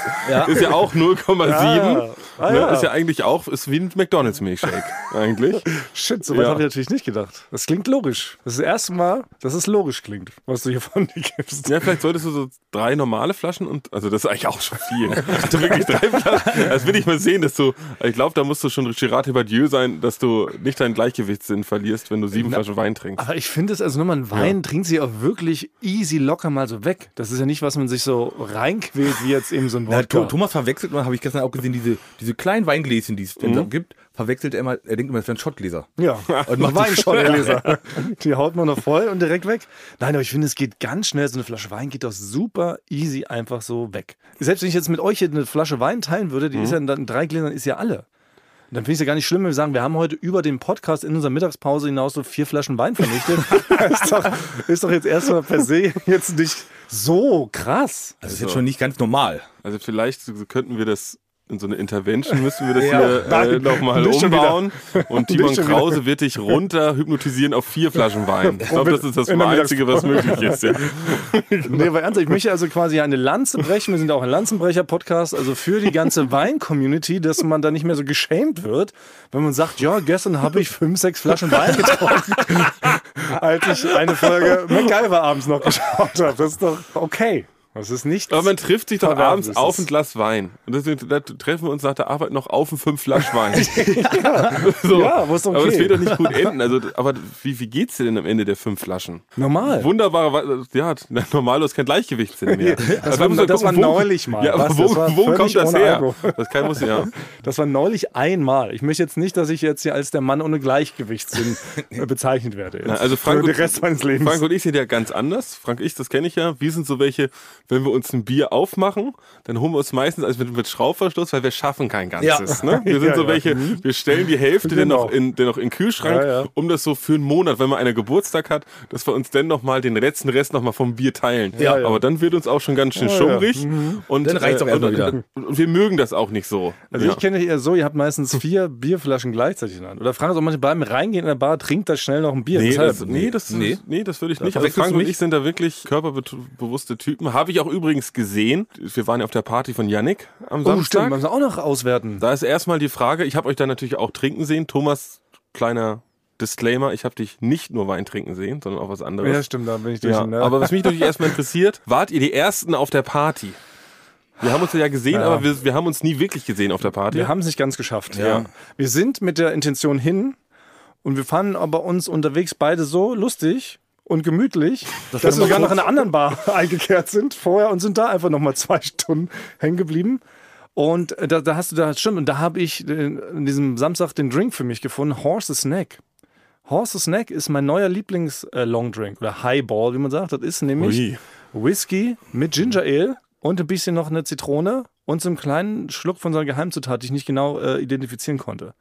Speaker 3: ist ja auch 0,7.
Speaker 2: Ah, ah,
Speaker 3: ne?
Speaker 2: ja.
Speaker 3: Ist ja eigentlich auch, ist wie ein
Speaker 2: [laughs]
Speaker 3: McDonalds-Milchshake. eigentlich.
Speaker 2: Shit, so weit
Speaker 3: Ja.
Speaker 2: habe ich natürlich nicht gedacht. Das klingt logisch. Das ist das erste Mal, dass es logisch klingt, was du hier von dir gibst.
Speaker 3: Ja, vielleicht solltest du so drei normale Flaschen und, also das ist eigentlich auch schon viel.
Speaker 2: [laughs]
Speaker 3: Also wirklich drei Flaschen. Das will ich mal sehen, dass du, ich glaube, da musst du schon Girard Depardieu sein, dass du nicht deinen Gleichgewichtssinn verlierst, wenn du sieben Flaschen Wein trinkst.
Speaker 2: Aber ich finde es, also nochmal, ein Wein trinkt sich auch wirklich easy locker mal so weg. Das ist ja nicht, was man sich so reinquält, wie jetzt eben so ein
Speaker 1: Na,
Speaker 2: Wort.
Speaker 1: Tho- Thomas verwechselt, immer, habe ich gestern auch gesehen, diese, diese kleinen Weingläschen, die es denn so gibt, verwechselt er immer, er denkt immer, das wären Schottgläser.
Speaker 2: Ja, also
Speaker 1: Und macht
Speaker 2: Weinschorleser. Die haut man noch voll und direkt weg. Nein, aber ich finde, es geht ganz schnell. So eine Flasche Wein geht doch super easy einfach so weg. Selbst wenn ich jetzt mit euch hier eine Flasche Wein teilen würde, die ist ja dann in drei Gläsern, ist ja alle. Und Dann finde ich es ja gar nicht schlimm, wenn wir sagen, wir haben heute über den Podcast in unserer Mittagspause hinaus so vier Flaschen Wein vernichtet. [laughs] ist, doch, ist doch jetzt erstmal per se jetzt nicht so
Speaker 1: Also.
Speaker 2: krass. ah.
Speaker 1: Das ist jetzt schon nicht ganz normal.
Speaker 3: Also vielleicht könnten wir das in so eine Intervention müssen wir das
Speaker 1: Ja.
Speaker 3: hier äh, nochmal
Speaker 2: Nicht schon
Speaker 3: umbauen.
Speaker 2: [laughs]
Speaker 3: Und Timon
Speaker 2: Nicht schon
Speaker 3: Krause wird dich runter hypnotisieren auf vier Flaschen Wein. Ich glaube, das ist das
Speaker 2: In der
Speaker 3: Einzige, was möglich ist. Ja.
Speaker 2: Nee, aber ernsthaft, ich möchte also quasi eine Lanze brechen. Wir sind auch ein Lanzenbrecher-Podcast, also für die
Speaker 3: [laughs]
Speaker 2: ganze Wein-Community, dass man da nicht mehr so geschämt wird, wenn man sagt, ja, gestern habe ich fünf, sechs Flaschen
Speaker 3: [laughs]
Speaker 2: Wein getrunken, als ich eine Folge MacGyver abends noch geschaut habe. Das ist doch okay. Das ist nicht.
Speaker 3: Aber man trifft sich doch
Speaker 2: Verwerflich
Speaker 3: abends
Speaker 2: ist
Speaker 3: auf
Speaker 2: es.
Speaker 3: ein Glas Wein. Und deswegen, da treffen wir uns nach der Arbeit noch auf ein fünf
Speaker 2: [laughs]
Speaker 3: Flasch Wein. so.
Speaker 2: Ja, aber ist okay.
Speaker 3: Aber das wird doch nicht gut enden. Also, aber wie, wie geht's dir denn am Ende der fünf Flaschen?
Speaker 2: normal.
Speaker 3: Wunderbare, Wa- ja, normalerweise kein Gleichgewichtssinn
Speaker 2: [laughs]
Speaker 3: mehr.
Speaker 2: Das
Speaker 3: Also
Speaker 2: war-
Speaker 3: man muss
Speaker 2: das
Speaker 3: gucken,
Speaker 2: war
Speaker 3: wo-
Speaker 2: neulich mal.
Speaker 3: Ja, aber
Speaker 2: Was,
Speaker 3: wo,
Speaker 2: das war
Speaker 3: wo
Speaker 2: völlig
Speaker 3: kommt das
Speaker 2: ohne
Speaker 3: her?
Speaker 2: Alkohol.
Speaker 3: Das kann, muss, ja.
Speaker 2: Das war neulich einmal. Ich möchte jetzt nicht, dass ich jetzt hier als der Mann ohne
Speaker 3: [laughs]
Speaker 2: Gleichgewichtssinn äh, bezeichnet werde. Jetzt.
Speaker 3: Na, Also Frank
Speaker 2: Für
Speaker 3: und,
Speaker 2: den Rest meines Lebens.
Speaker 3: Frank und ich sind ja ganz anders. Frank, ich, das kenne ich ja. Wir sind so welche, wenn wir uns ein Bier aufmachen, dann holen wir uns meistens also mit, mit Schraubverschluss, weil wir schaffen kein
Speaker 2: [laughs]
Speaker 3: Ganzes. Ne? Wir sind
Speaker 2: Ja,
Speaker 3: so
Speaker 2: ja.
Speaker 3: welche, wir stellen die Hälfte dann
Speaker 2: Genau.
Speaker 3: noch in, dann noch in den Kühlschrank,
Speaker 2: Ja, ja.
Speaker 3: um das so für einen Monat, wenn man einen Geburtstag hat, dass wir uns dann nochmal den letzten Rest nochmal vom Bier teilen.
Speaker 2: Ja, ja.
Speaker 3: Aber dann wird uns auch schon ganz schön
Speaker 2: ja. Mhm.
Speaker 3: schummrig. Und, äh,
Speaker 1: Dann reicht's auch erst mal
Speaker 3: und,
Speaker 1: wieder.
Speaker 3: Und wir mögen das auch nicht so.
Speaker 2: Also
Speaker 3: ja.
Speaker 2: ich kenne eher so, ihr habt [laughs] meistens vier Bierflaschen gleichzeitig in der Hand. Oder Frank, so manche bleiben reingehen in der Bar, trinkt da schnell noch ein Bier.
Speaker 3: Nee,
Speaker 2: Deshalb-
Speaker 3: das, nee, das,
Speaker 1: Nee.
Speaker 3: nee, das würde ich nicht. Also
Speaker 1: verwechselst
Speaker 3: Frank
Speaker 1: du
Speaker 3: und
Speaker 1: mich.
Speaker 3: ich sind da wirklich körperbewusste Typen. Habe ich auch übrigens gesehen. Wir waren ja auf der Party von Yannick am
Speaker 2: oh, stimmt,
Speaker 3: Samstag.
Speaker 2: man muss auch noch auswerten.
Speaker 3: da ist erstmal die Frage, ich habe euch da natürlich auch trinken sehen. Thomas, kleiner Disclaimer, ich habe dich nicht nur Wein trinken sehen, sondern auch was anderes.
Speaker 2: ja, stimmt, da bin ich durch.
Speaker 3: Ja, aber was mich natürlich erstmal
Speaker 2: [laughs]
Speaker 3: interessiert, wart ihr die Ersten auf der Party? Wir haben uns ja gesehen, aber wir, wir haben uns nie wirklich gesehen auf der Party.
Speaker 2: wir haben es nicht ganz geschafft. Ja. Wir sind mit der Intention hin und wir fanden aber uns unterwegs beide so lustig und gemütlich, dass wir sogar noch in einer anderen Bar [laughs] eingekehrt sind vorher und sind da einfach nochmal zwei Stunden hängen geblieben. Und äh, da, da hast du da, stimmt, und da habe ich äh, an diesem Samstag den Drink für mich gefunden, Horse's Neck. Horse's Neck ist mein neuer Lieblings-Longdrink oder Highball, wie man sagt. Das ist nämlich
Speaker 3: Ui.
Speaker 2: Whisky mit Ginger Ale und ein bisschen noch eine Zitrone und so einen kleinen Schluck von so einer Geheimzutat, die ich nicht genau äh, identifizieren konnte.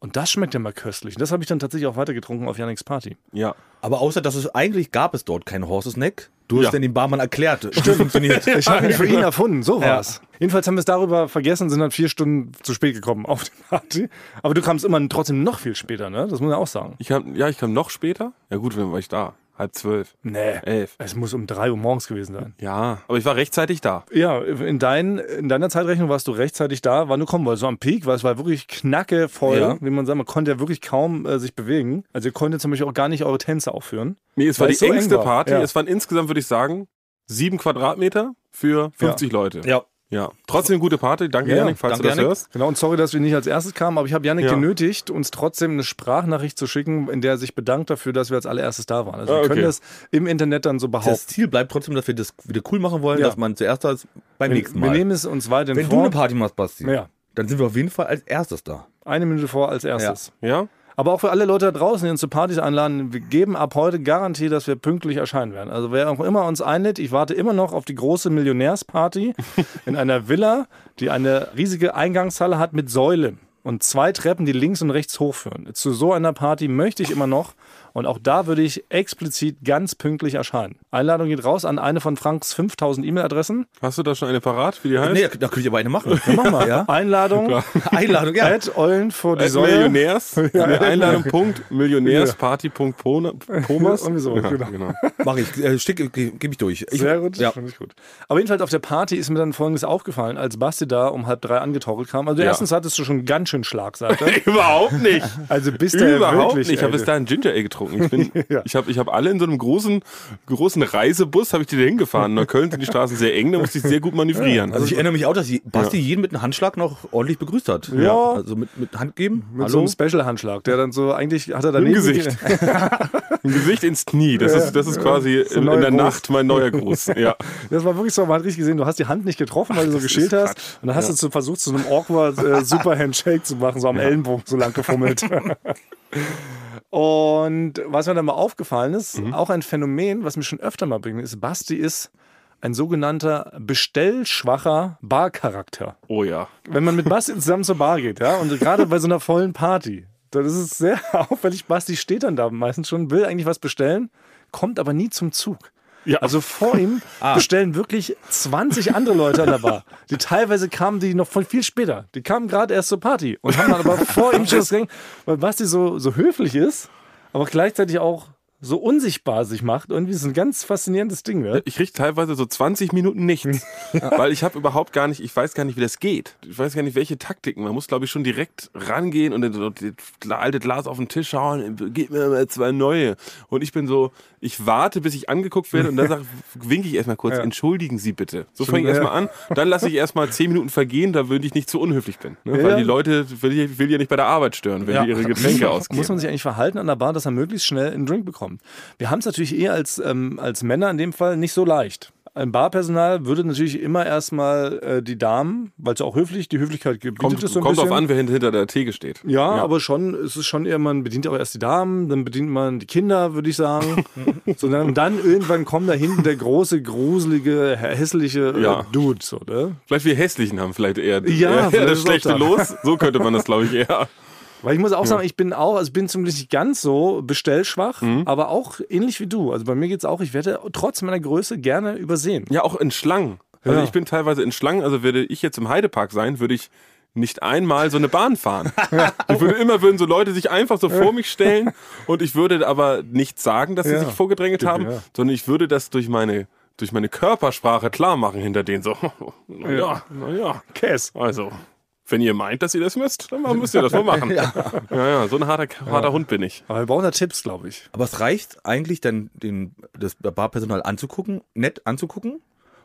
Speaker 2: Und das schmeckt ja mal köstlich. Und das habe ich dann tatsächlich auch weitergetrunken auf Yannicks Party.
Speaker 3: ja.
Speaker 1: Aber außer, dass es eigentlich gab es dort keinen Horses Neck. Du hast
Speaker 3: Ja.
Speaker 1: denn den Barmann erklärt. Stimmt. [laughs] Funktioniert.
Speaker 2: Ich habe ihn [laughs] für ihn erfunden, so war's. Jedenfalls haben wir es darüber vergessen und sind dann vier Stunden zu spät gekommen auf die Party. Aber du kamst immer trotzdem noch viel später, ne? Das muss man ja auch sagen.
Speaker 3: Ich kam, ja, ich kam noch später. Ja gut, wann war ich da? Halb zwölf,
Speaker 2: Nee.
Speaker 3: elf.
Speaker 2: Es muss um drei Uhr morgens gewesen sein.
Speaker 3: Ja, aber ich war rechtzeitig da.
Speaker 2: Ja, in, dein, in deiner Zeitrechnung warst du rechtzeitig da, wann du kommen wolltest. So am Peak, weil es war wirklich knacke voll,
Speaker 1: Ja.
Speaker 2: wie man sagt. Man konnte ja wirklich kaum äh, sich bewegen. Also ihr konntet zum Beispiel auch gar nicht eure Tänze aufführen.
Speaker 3: Nee, es
Speaker 2: Weil
Speaker 3: war die
Speaker 2: es so eng
Speaker 3: engste
Speaker 2: war.
Speaker 3: Party.
Speaker 2: Ja.
Speaker 3: Es waren insgesamt, würde ich sagen, sieben Quadratmeter für 50 Leute.
Speaker 1: Ja.
Speaker 3: Ja. Trotzdem gute Party. Danke,
Speaker 2: Ja,
Speaker 3: Janik, falls
Speaker 1: danke,
Speaker 3: du das
Speaker 1: Janik.
Speaker 3: hörst.
Speaker 2: Genau, und sorry, dass wir nicht als erstes kamen, aber ich habe Janik
Speaker 3: Ja.
Speaker 2: genötigt, uns trotzdem eine Sprachnachricht zu schicken, in der er sich bedankt dafür, dass wir als allererstes da waren. Also
Speaker 3: Ah,
Speaker 2: wir
Speaker 3: okay.
Speaker 2: können das im Internet dann so
Speaker 1: Das
Speaker 2: behaupten.
Speaker 1: Ziel bleibt trotzdem, dass wir das wieder cool machen wollen,
Speaker 2: Ja.
Speaker 1: dass man zuerst da ist beim nächsten
Speaker 2: Wir
Speaker 1: Mal.
Speaker 2: nehmen es uns weiterhin
Speaker 1: Wenn du
Speaker 2: vor.
Speaker 1: eine Party machst, Basti,
Speaker 2: Ja.
Speaker 1: dann sind wir auf jeden Fall als erstes da.
Speaker 2: eine Minute vor als erstes.
Speaker 3: Ja.
Speaker 2: Aber auch für alle Leute da draußen, die uns zu Partys einladen, wir geben ab heute Garantie, dass wir pünktlich erscheinen werden. Also wer auch immer uns einlädt, ich warte immer noch auf die große [laughs] Millionärsparty in einer Villa, die eine riesige Eingangshalle hat mit Säulen und zwei Treppen, die links und rechts hochführen. Zu so einer Party möchte ich immer noch und auch da würde ich explizit ganz pünktlich erscheinen. Einladung geht raus an eine von Franks 5000 E-Mail-Adressen.
Speaker 3: Hast du da schon eine parat, wie die heißt?
Speaker 1: Nee, da, da könnte ich aber eine machen. [laughs]
Speaker 2: Dann machen wir. Einladung [laughs]
Speaker 1: Einladung, ja.
Speaker 2: at Eulen vor die
Speaker 3: At
Speaker 2: Säule. [laughs]
Speaker 3: Millionärs. Nee, Einladung. Punkt. Millionärsparty. Punkt. Pona- Thomas.
Speaker 2: Irgendwie so,
Speaker 3: ja,
Speaker 2: genau.
Speaker 3: genau.
Speaker 1: Mache ich. Äh, schick, ge- gebe ich durch. Ich,
Speaker 2: Sehr gut,
Speaker 1: Ja.
Speaker 2: finde ich gut. Aber jedenfalls auf der Party ist mir dann Folgendes aufgefallen, als Basti da um halb drei angetorkelt kam. Also
Speaker 3: Ja.
Speaker 2: erstens hattest du schon ganz schön Schlagseite.
Speaker 3: [laughs] [laughs] Überhaupt nicht.
Speaker 2: [laughs] Also bist du
Speaker 3: Überhaupt
Speaker 2: wirklich,
Speaker 3: nicht. Ich habe
Speaker 2: ey.
Speaker 3: bis dahin Ginger Ale getrunken. Ich, bin,
Speaker 2: [laughs] Ja.
Speaker 3: ich habe ich hab alle in so einem großen, großen Reisebus, habe ich die da hingefahren. In Neukölln sind die Straßen sehr eng, da musste ich sehr gut manövrieren.
Speaker 1: Also ich erinnere mich auch, dass je- Basti jeden mit einem Handschlag noch ordentlich begrüßt hat.
Speaker 2: Ja.
Speaker 1: Also mit, mit Hand geben.
Speaker 2: Mit so einem Special-Handschlag, der dann so, eigentlich hat er daneben...
Speaker 3: Im Gesicht. Im Gesicht ins Knie. Das ist, das ist quasi
Speaker 2: ein
Speaker 3: in,
Speaker 2: neuer
Speaker 3: in der
Speaker 2: Gruß.
Speaker 3: Nacht mein neuer Gruß.
Speaker 2: [laughs]
Speaker 3: Ja.
Speaker 2: Das war wirklich so, man hat richtig gesehen, du hast die Hand nicht getroffen, weil du so
Speaker 3: das
Speaker 2: geschielt
Speaker 3: ist
Speaker 2: hast.
Speaker 3: Quatsch.
Speaker 2: Und dann hast du so versucht, so einem awkward
Speaker 3: [laughs]
Speaker 2: äh, super Handshake zu machen, so am Ellenbogen so lang gefummelt. Und was mir dann mal aufgefallen ist,
Speaker 3: Mhm.
Speaker 2: auch ein Phänomen, was mir schon öfter mal bringt, ist, Basti ist ein sogenannter bestellschwacher Barcharakter.
Speaker 3: Oh ja.
Speaker 2: wenn man mit Basti zusammen zur Bar geht, ja, und gerade bei so einer vollen Party, dann ist es [laughs] sehr auffällig. Basti steht dann da meistens schon, will eigentlich was bestellen, kommt aber nie zum Zug. Ja. Also vor ihm bestellen wirklich 20 andere Leute an der Bar. Die teilweise kamen die noch von viel später. Die kamen gerade erst zur Party und haben dann aber vor ihm schon das Getränk, weil Basti so, so höflich ist, aber gleichzeitig auch so unsichtbar sich macht. Irgendwie ist ein ganz faszinierendes Ding, ne?
Speaker 3: Ich krieg teilweise so 20 Minuten
Speaker 2: [laughs]
Speaker 3: nichts, weil ich habe überhaupt gar nicht, ich weiß gar nicht, wie das geht. Ich weiß gar nicht, welche Taktiken. Man muss, glaube ich, schon direkt rangehen und dann so das alte Glas auf den Tisch hauen, gib mir mal zwei neue. Und ich bin so, ich warte, bis ich angeguckt werde und
Speaker 2: [laughs]
Speaker 3: dann sag, winke ich erstmal kurz, entschuldigen Sie bitte. So fange ich
Speaker 2: ja.
Speaker 3: erstmal an, dann lasse ich erstmal 10 Minuten vergehen, da würde ich nicht zu unhöflich bin. Ne? Weil die Leute, will ich will ja nicht bei der Arbeit stören, wenn die ihre Getränke
Speaker 2: [laughs]
Speaker 3: ausgeben.
Speaker 2: Muss man sich eigentlich verhalten an der Bar, dass er möglichst schnell einen Drink bekommt? Wir haben es natürlich eh als, ähm, als Männer in dem Fall nicht so leicht. Ein Barpersonal würde natürlich immer erstmal äh, die Damen, weil es auch höflich, die Höflichkeit gebietet
Speaker 3: Kommt,
Speaker 2: es so ein
Speaker 3: kommt
Speaker 2: bisschen.
Speaker 3: drauf an, wer hinter- hinter der Theke steht.
Speaker 2: Ja, aber schon, es ist schon eher, man bedient auch erst die Damen, dann bedient man die Kinder, würde ich
Speaker 3: [laughs]
Speaker 2: sagen. Sondern und dann irgendwann kommt da hinten der große, gruselige, hässliche äh,
Speaker 3: Ja.
Speaker 2: Dude. So, ne?
Speaker 3: Vielleicht wir Hässlichen haben vielleicht eher,
Speaker 2: Ja,
Speaker 3: eher
Speaker 2: vielleicht
Speaker 3: [laughs] das
Speaker 2: ist auch
Speaker 3: schlechte
Speaker 2: da.
Speaker 3: Los. So könnte man das, glaube ich, eher.
Speaker 2: Weil ich muss auch sagen, ich bin auch, also ich bin zum Glück nicht ganz so bestellschwach,
Speaker 3: Mhm.
Speaker 2: aber auch ähnlich wie du. Also bei mir geht's auch, ich werde trotz meiner Größe gerne übersehen.
Speaker 3: Ja, auch in Schlangen. Also
Speaker 2: Ja.
Speaker 3: ich bin teilweise in Schlangen, also würde ich jetzt im Heidepark sein, würde ich nicht einmal so eine Bahn fahren. Ich würde immer würden so Leute sich einfach so vor mich stellen und ich würde aber nicht sagen, dass sie
Speaker 2: Ja.
Speaker 3: sich vorgedrängelt haben,
Speaker 2: ja.
Speaker 3: sondern ich würde das durch meine durch meine Körpersprache klar machen hinter denen so. [laughs] Na ja, na ja.
Speaker 2: Käs.
Speaker 3: Also, wenn ihr meint, dass ihr das müsst, dann müsst ihr das wohl machen. ja. ja, so ein harter, harter Hund bin ich.
Speaker 2: Aber wir brauchen da Tipps, glaube ich.
Speaker 1: Aber es reicht eigentlich, dann den, das Barpersonal anzugucken, nett anzugucken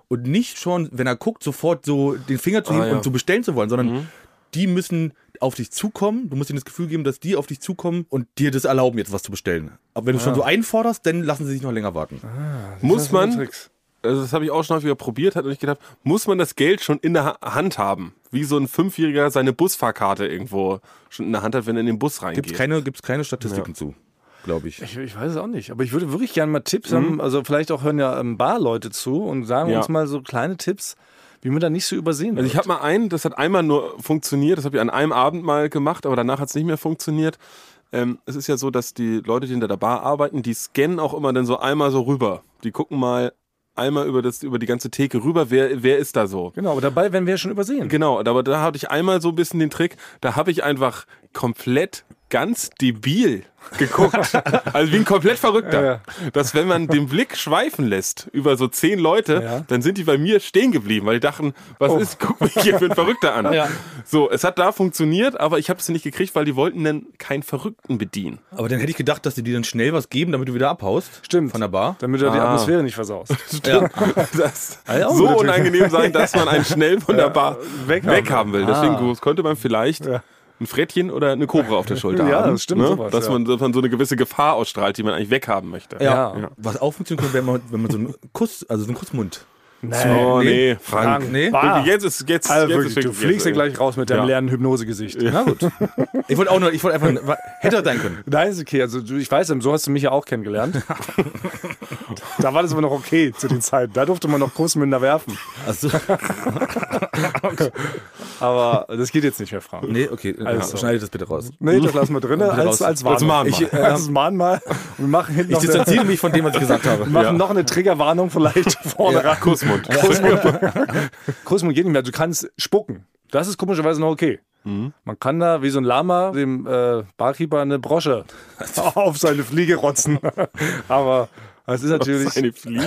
Speaker 1: und nicht schon, wenn er guckt, sofort so den Finger zu heben
Speaker 3: ja.
Speaker 1: und zu bestellen zu wollen, sondern die müssen auf dich zukommen. Du musst ihnen das Gefühl geben, dass die auf dich zukommen und dir das erlauben, jetzt was zu bestellen. Aber wenn du schon so einforderst, dann lassen sie sich noch länger warten.
Speaker 3: Muss
Speaker 2: sind
Speaker 3: man,
Speaker 2: Tricks.
Speaker 3: also das habe ich auch schon häufiger probiert, hat und ich gedacht, muss man das Geld schon in der Ha- Hand haben? Wie so ein Fünfjähriger seine Busfahrkarte irgendwo schon in der Hand hat, wenn er in den Bus reingeht.
Speaker 1: Gibt es keine, gibt's keine Statistiken zu, glaube ich.
Speaker 2: Ich, ich weiß es auch nicht, aber ich würde wirklich gerne mal Tipps haben, also vielleicht auch hören ja ähm, Barleute zu und sagen
Speaker 3: Mhm. Ja.
Speaker 2: uns mal so kleine Tipps, wie man da nicht so übersehen
Speaker 3: Also
Speaker 2: wird.
Speaker 3: ich habe mal einen, das hat einmal nur funktioniert, das habe ich an einem Abend mal gemacht, aber danach hat es nicht mehr funktioniert. Ähm, es ist ja so, dass die Leute, die hinter der Bar arbeiten, die scannen auch immer dann so einmal so rüber. Die gucken mal einmal über, das, über die ganze Theke rüber, wer, wer ist da so.
Speaker 2: Genau, aber dabei werden wir ja schon übersehen.
Speaker 3: Genau, aber da hatte ich einmal so ein bisschen den Trick, da habe ich einfach komplett ganz debil
Speaker 2: [laughs]
Speaker 3: geguckt. also wie ein komplett Verrückter.
Speaker 2: Ja,
Speaker 3: Dass wenn man den Blick schweifen lässt über so zehn Leute,
Speaker 2: Ja. Oh.
Speaker 3: dann sind die bei mir stehen geblieben, weil die dachten, was ist, guck mich hier für ein
Speaker 2: [laughs]
Speaker 3: Verrückter an. So, es hat da funktioniert, aber ich habe es nicht gekriegt, weil die wollten dann keinen Verrückten bedienen.
Speaker 1: Aber dann hätte ich gedacht, dass die dir dann schnell was geben, damit du wieder abhaust.
Speaker 2: Stimmt.
Speaker 1: Von der Bar.
Speaker 2: Damit du die
Speaker 3: Ah.
Speaker 2: Atmosphäre nicht
Speaker 3: [laughs]
Speaker 2: versaust.
Speaker 1: Ja.
Speaker 3: Das
Speaker 2: Also auch
Speaker 3: so
Speaker 2: natürlich.
Speaker 3: unangenehm sein, dass man
Speaker 2: [laughs]
Speaker 3: einen schnell von der Bar
Speaker 2: weg
Speaker 3: weghaben will. Deswegen
Speaker 2: Ah.
Speaker 3: könnte man vielleicht ein Frettchen oder eine Kobra auf der
Speaker 2: [laughs]
Speaker 3: Schulter
Speaker 2: Ja,
Speaker 3: haben. ne?
Speaker 2: das stimmt sowas,
Speaker 3: dass,
Speaker 2: ja.
Speaker 3: man, dass man so eine gewisse Gefahr ausstrahlt, die man eigentlich weghaben möchte.
Speaker 1: Ja.
Speaker 2: Ja.
Speaker 1: Was auch funktionieren könnte, wenn man, wenn man so einen Kuss, also so einen Kussmund.
Speaker 3: Oh nee,
Speaker 1: Nee.
Speaker 3: Frank.
Speaker 1: Nee.
Speaker 2: Bah.
Speaker 3: Jetzt ist jetzt,
Speaker 2: Ah. Also
Speaker 3: jetzt
Speaker 2: wirklich,
Speaker 3: ist
Speaker 2: du fliegst ja
Speaker 3: jetzt, äh,
Speaker 2: gleich raus mit deinem
Speaker 3: Ja.
Speaker 2: leeren Hypnosegesicht. Na gut.
Speaker 1: Ich wollte auch nur, ich wollte einfach, nur- hätte er sein können.
Speaker 2: Nein, ist okay. Also du, ich weiß, so hast du mich ja auch
Speaker 1: [laughs]
Speaker 2: kennengelernt. da war das aber noch okay zu den Zeiten. Da durfte man noch Kussmünder werfen.
Speaker 1: Also,
Speaker 2: Aber das geht jetzt nicht mehr, Frank.
Speaker 1: nee, okay,
Speaker 2: Also.
Speaker 1: ja, schneide das bitte raus.
Speaker 2: Nee, das lassen wir drin als,
Speaker 1: raus.
Speaker 2: als
Speaker 3: Als
Speaker 2: Warnung.
Speaker 3: Mahnmal.
Speaker 2: Ich, äh, als Mahnmal. Wir machen hinten
Speaker 1: Ich
Speaker 2: noch, eine,
Speaker 1: distanziere mich von dem, was ich gesagt habe.
Speaker 2: machen noch eine
Speaker 1: [laughs]
Speaker 2: Triggerwarnung vielleicht vorne rein. [laughs]
Speaker 3: Kussmund.
Speaker 2: Kussmund geht nicht mehr. Du kannst spucken. Das ist komischerweise noch okay.
Speaker 1: Mhm.
Speaker 2: Man kann da wie so ein Lama dem äh, Barkeeper
Speaker 1: [laughs]
Speaker 2: eine Brosche auf seine Fliege rotzen. [laughs] Aber es ist natürlich. [laughs]
Speaker 3: Eine Fliege.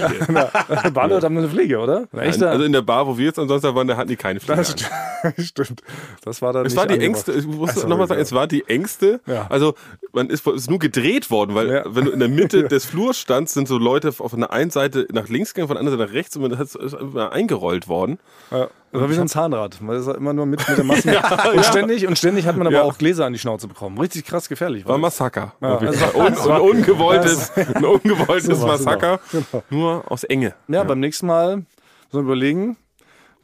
Speaker 2: Barleute haben eine Fliege, oder? Ein echter?
Speaker 3: Also in der Bar, wo wir jetzt ansonsten waren, da hatten die keine Fliege.
Speaker 2: das
Speaker 3: an.
Speaker 2: st- [laughs] stimmt. Das war dann
Speaker 3: Es
Speaker 2: nicht
Speaker 3: war die
Speaker 2: angebracht.
Speaker 3: engste, ich muss
Speaker 2: Sorry,
Speaker 3: nochmal sagen,
Speaker 2: ja.
Speaker 3: es war die engste.
Speaker 2: Ja.
Speaker 3: Also man ist, ist nur gedreht worden, weil
Speaker 2: Ja.
Speaker 3: wenn du in der Mitte
Speaker 2: [laughs]
Speaker 3: des Flurs standst, sind so Leute auf einer einen Seite nach links gegangen, von der anderen Seite nach rechts und man ist ist immer eingerollt worden.
Speaker 2: Ja, das war wie so ein Zahnrad. Man ist halt immer nur mit, mit der Masse. und,
Speaker 3: [laughs] ja.
Speaker 2: ständig, und ständig hat man aber
Speaker 3: Ja.
Speaker 2: auch Gläser an die Schnauze bekommen. Richtig krass gefährlich.
Speaker 3: War ein
Speaker 2: das?
Speaker 3: Massaker. auf jeden Fall. Un, ein
Speaker 2: [laughs]
Speaker 3: ungewolltes, ein ungewolltes
Speaker 2: Super,
Speaker 3: Massaker, nur aus Enge.
Speaker 2: ja, beim nächsten Mal müssen wir überlegen,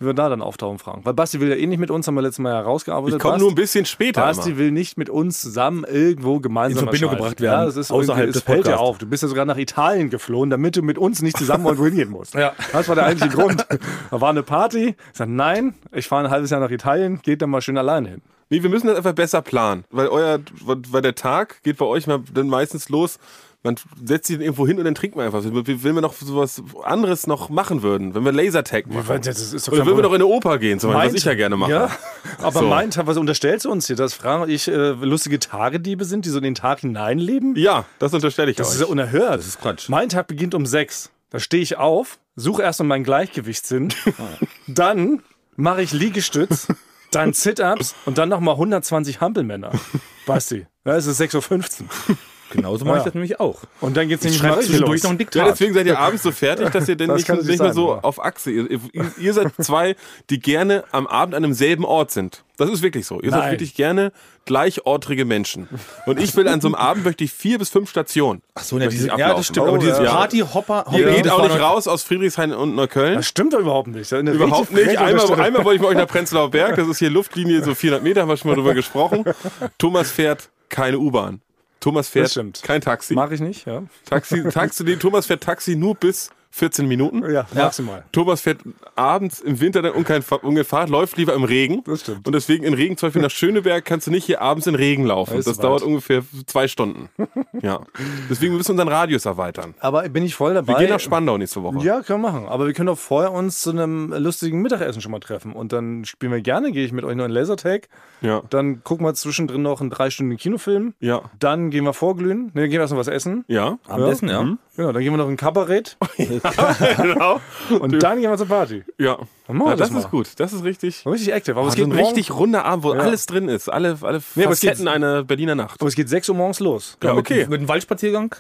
Speaker 2: wie wir da dann auftauchen, Frank. Weil Basti will ja eh nicht mit uns, haben wir letztes Mal herausgearbeitet.
Speaker 3: Ich komme nur ein bisschen später.
Speaker 2: Basti
Speaker 3: immer.
Speaker 2: will nicht mit uns zusammen irgendwo gemeinsam
Speaker 1: In Verbindung
Speaker 2: erscheinen.
Speaker 1: gebracht werden,
Speaker 2: Ja, das ist
Speaker 1: außerhalb
Speaker 2: außerhalb
Speaker 1: des
Speaker 2: des fällt ja
Speaker 1: Podcasts.
Speaker 2: auf. Du bist ja sogar nach Italien geflohen, damit du mit uns nicht zusammen irgendwo hingehen musst.
Speaker 1: Ja.
Speaker 2: Das war der eigentliche Grund. Da war eine Party. Ich sagte, nein, ich fahre ein halbes Jahr nach Italien, geht dann mal schön alleine hin.
Speaker 3: Nee, wir müssen das einfach besser planen, weil euer, weil der Tag geht bei euch mal dann meistens los Man setzt sie irgendwo hin und dann trinkt man einfach. Wie will man noch sowas anderes noch machen würden, wenn wir Lasertag machen?
Speaker 2: weit- das ist doch
Speaker 3: Oder
Speaker 2: kein
Speaker 3: würden wir
Speaker 2: Problem.
Speaker 3: doch in eine Oper gehen, zum Beispiel,
Speaker 2: Meint-
Speaker 3: was ich ja gerne mache.
Speaker 2: Ja, [laughs] aber
Speaker 3: So.
Speaker 2: meint, was unterstellst du uns hier, dass Frank und ich äh, lustige Tagediebe sind, die so in den Tag hineinleben?
Speaker 3: Ja, das unterstelle ich
Speaker 2: Das
Speaker 3: euch.
Speaker 2: ist ja unerhört.
Speaker 1: Das ist Quatsch.
Speaker 2: Mein Tag beginnt um sechs. Da stehe ich auf, suche erstmal meinen Gleichgewichtssinn, dann mache ich Liegestütz, dann Sit-Ups und dann nochmal 120 Hampelmänner. Basti, ja, es ist 6.15 Uhr.
Speaker 1: Genauso mache
Speaker 2: Ja.
Speaker 1: ich das nämlich auch.
Speaker 2: Und dann geht's
Speaker 1: Ich
Speaker 2: nämlich mal
Speaker 1: schreibe
Speaker 2: richtig
Speaker 1: zwischendurch
Speaker 2: los.
Speaker 1: noch ein
Speaker 3: Ja,
Speaker 1: Diktat.
Speaker 3: deswegen seid ihr abends so fertig, dass ihr denn
Speaker 2: Das
Speaker 3: nicht,
Speaker 2: kann es
Speaker 3: nicht
Speaker 2: nicht
Speaker 3: mehr
Speaker 2: sein,
Speaker 3: so
Speaker 2: ja.
Speaker 3: auf Achse. Ihr, ihr, ihr seid zwei, die gerne am Abend an einem selben Ort sind. Das ist wirklich so. Ihr seid
Speaker 2: Nein.
Speaker 3: wirklich gerne gleichortrige Menschen. Und ich will an so einem Abend möchte ich vier bis fünf Stationen.
Speaker 1: Ach so, ja,
Speaker 3: Möchte ich
Speaker 1: diese, ja,
Speaker 3: ablaufen.
Speaker 1: das stimmt.
Speaker 2: Oh,
Speaker 1: aber dieses
Speaker 2: ja.
Speaker 1: Party-Hopper.
Speaker 3: Ihr
Speaker 1: Hopper-
Speaker 3: geht auch nicht
Speaker 1: Hopper-
Speaker 3: raus aus Friedrichshain und Neukölln.
Speaker 2: Das stimmt doch überhaupt nicht. Das ist eine
Speaker 3: Überhaupt
Speaker 2: richtig
Speaker 3: nicht.
Speaker 2: freche
Speaker 3: Einmal,
Speaker 2: Unterstellung.
Speaker 3: einmal wollte ich mit euch nach Prenzlauer Berg. Das ist hier Luftlinie, so 400 Meter, haben wir schon mal drüber gesprochen. Thomas fährt keine U-Bahn. Thomas
Speaker 2: Das
Speaker 3: fährt
Speaker 2: stimmt.
Speaker 3: kein Taxi.
Speaker 2: Mach ich nicht, ja.
Speaker 3: Taxi, Taxi, nee, Thomas fährt Taxi nur bis 14 Minuten.
Speaker 2: Ja, maximal.
Speaker 3: Thomas fährt abends im Winter dann ungefahr, ungefahr läuft lieber im Regen.
Speaker 2: Das stimmt.
Speaker 3: Und deswegen in Regen, zum Beispiel nach Schöneberg, kannst du nicht hier abends in Regen laufen.
Speaker 2: Ist
Speaker 3: das
Speaker 2: weit.
Speaker 3: dauert ungefähr zwei Stunden. Ja. Deswegen müssen wir unseren Radius erweitern.
Speaker 2: Aber bin ich voll dabei.
Speaker 3: Wir gehen nach Spandau nächste Woche.
Speaker 2: Ja, können wir machen. Aber wir können auch vorher uns zu einem lustigen Mittagessen schon mal treffen. Und dann spielen wir gerne, gehe ich mit euch noch einen Lasertag.
Speaker 3: Ja.
Speaker 2: Dann gucken wir zwischendrin noch einen drei Stunden Kinofilm.
Speaker 3: Ja.
Speaker 2: Dann gehen wir vorglühen. Ne, gehen wir erst noch was essen.
Speaker 3: Ja.
Speaker 1: Abendessen, ja.
Speaker 2: Genau, dann gehen wir noch in ein
Speaker 3: [laughs]
Speaker 2: Kabarett.
Speaker 3: genau.
Speaker 2: [laughs] und dann gehen wir zur Party.
Speaker 3: Ja.
Speaker 2: Dann machen wir
Speaker 3: ja das
Speaker 2: das mal.
Speaker 3: ist gut. Das ist richtig.
Speaker 2: Richtig active. Aber es
Speaker 3: Also
Speaker 2: geht
Speaker 3: ein
Speaker 2: morgen-
Speaker 3: richtig runder Abend, wo alles drin ist. Alle, alle
Speaker 2: Nee, aber es
Speaker 3: Facetten einer Berliner Nacht.
Speaker 2: Aber es geht 6 Uhr morgens los.
Speaker 3: Ja, okay.
Speaker 1: Mit einem Waldspaziergang.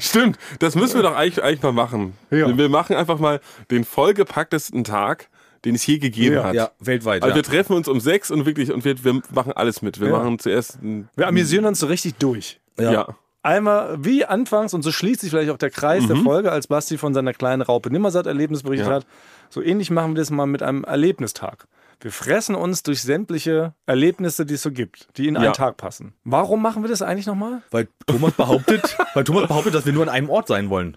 Speaker 3: Stimmt, das müssen wir doch eigentlich, eigentlich mal machen.
Speaker 2: Oh, Ja.
Speaker 3: Wir machen einfach mal den vollgepacktesten Tag, den es je gegeben
Speaker 2: Ja.
Speaker 3: hat.
Speaker 1: Ja, weltweit.
Speaker 3: Also
Speaker 1: ja.
Speaker 3: wir treffen uns um sechs und wirklich, und wir, wir machen alles mit. Wir
Speaker 2: Ja.
Speaker 3: machen zuerst ein,
Speaker 2: Wir amüsieren uns so richtig durch.
Speaker 3: ja.
Speaker 2: Einmal wie anfangs, und so schließt sich vielleicht auch der Kreis der Folge, als Basti von seiner kleinen Raupe Nimmersatt-Erlebnis berichtet
Speaker 3: Mhm. Ja.
Speaker 2: hat. So ähnlich machen wir das mal mit einem Erlebnistag. Wir fressen uns durch sämtliche Erlebnisse, die es so gibt, die in
Speaker 3: Ja.
Speaker 2: einen Tag passen. Warum machen wir das eigentlich nochmal?
Speaker 1: Weil Thomas behauptet, weil Thomas behauptet, dass wir nur an einem Ort sein wollen.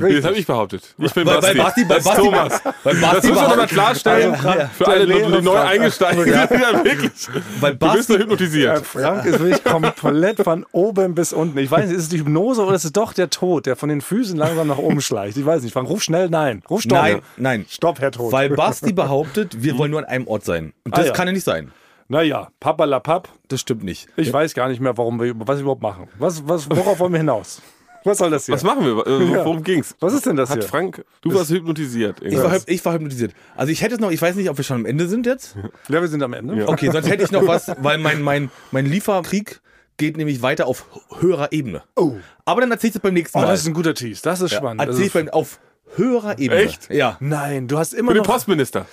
Speaker 3: Nee, Das habe ich behauptet. Ich bin
Speaker 1: Weil,
Speaker 3: Basti.
Speaker 1: weil Basti, bei
Speaker 3: das ist
Speaker 1: Basti,
Speaker 3: Thomas.
Speaker 1: Weil
Speaker 3: Das
Speaker 1: Basti,
Speaker 3: müssen wir nochmal
Speaker 1: behauptet,
Speaker 3: klarstellen für
Speaker 2: der
Speaker 3: alle, die
Speaker 2: leere
Speaker 3: neu
Speaker 2: Frank.
Speaker 3: eingesteigen sind. Ja, wirklich.
Speaker 1: weil
Speaker 3: Du bist
Speaker 1: Basti,
Speaker 3: da hypnotisiert.
Speaker 2: Äh, Frank ist wirklich komplett von oben bis unten. Ich weiß nicht, ist es die Hypnose oder ist es doch der Tod, der von den Füßen langsam nach oben schleicht? Ich weiß nicht. Frank, ruf schnell nein. Ruf stopp.
Speaker 1: nein, nein,
Speaker 2: Stopp, Herr Tod.
Speaker 1: weil Basti behauptet, wir wollen nur an einem Ort sein. Und das
Speaker 2: Ah, ja.
Speaker 1: kann ja nicht sein.
Speaker 2: naja, papalapap.
Speaker 1: Das stimmt nicht.
Speaker 2: Ich weiß gar nicht mehr, warum wir, was wir überhaupt machen. Was, was, worauf wollen wir hinaus? Was soll das hier?
Speaker 3: Was machen wir? Äh, Worum ging's?
Speaker 2: Was ist denn das
Speaker 3: Hat
Speaker 2: hier?
Speaker 3: Frank, du warst hypnotisiert.
Speaker 1: Ich war,
Speaker 3: irgendwas.
Speaker 1: hyp- ich war hypnotisiert. Also ich hätte es noch, ich weiß nicht, ob wir schon am Ende sind jetzt.
Speaker 2: ja, wir sind am Ende.
Speaker 1: Okay, sonst hätte ich noch was, weil mein, mein, mein Lieferkrieg geht nämlich weiter auf höherer Ebene. Oh. Aber dann erzählst du es beim nächsten
Speaker 2: Oh,
Speaker 1: Mal.
Speaker 2: das ist ein guter Tease. Das ist spannend. Das
Speaker 1: Erzähl ich
Speaker 2: ist,
Speaker 1: beim, auf höherer Ebene.
Speaker 3: Echt?
Speaker 1: Ja.
Speaker 2: nein, du hast immer
Speaker 3: Mit dem
Speaker 2: noch.
Speaker 3: Postminister.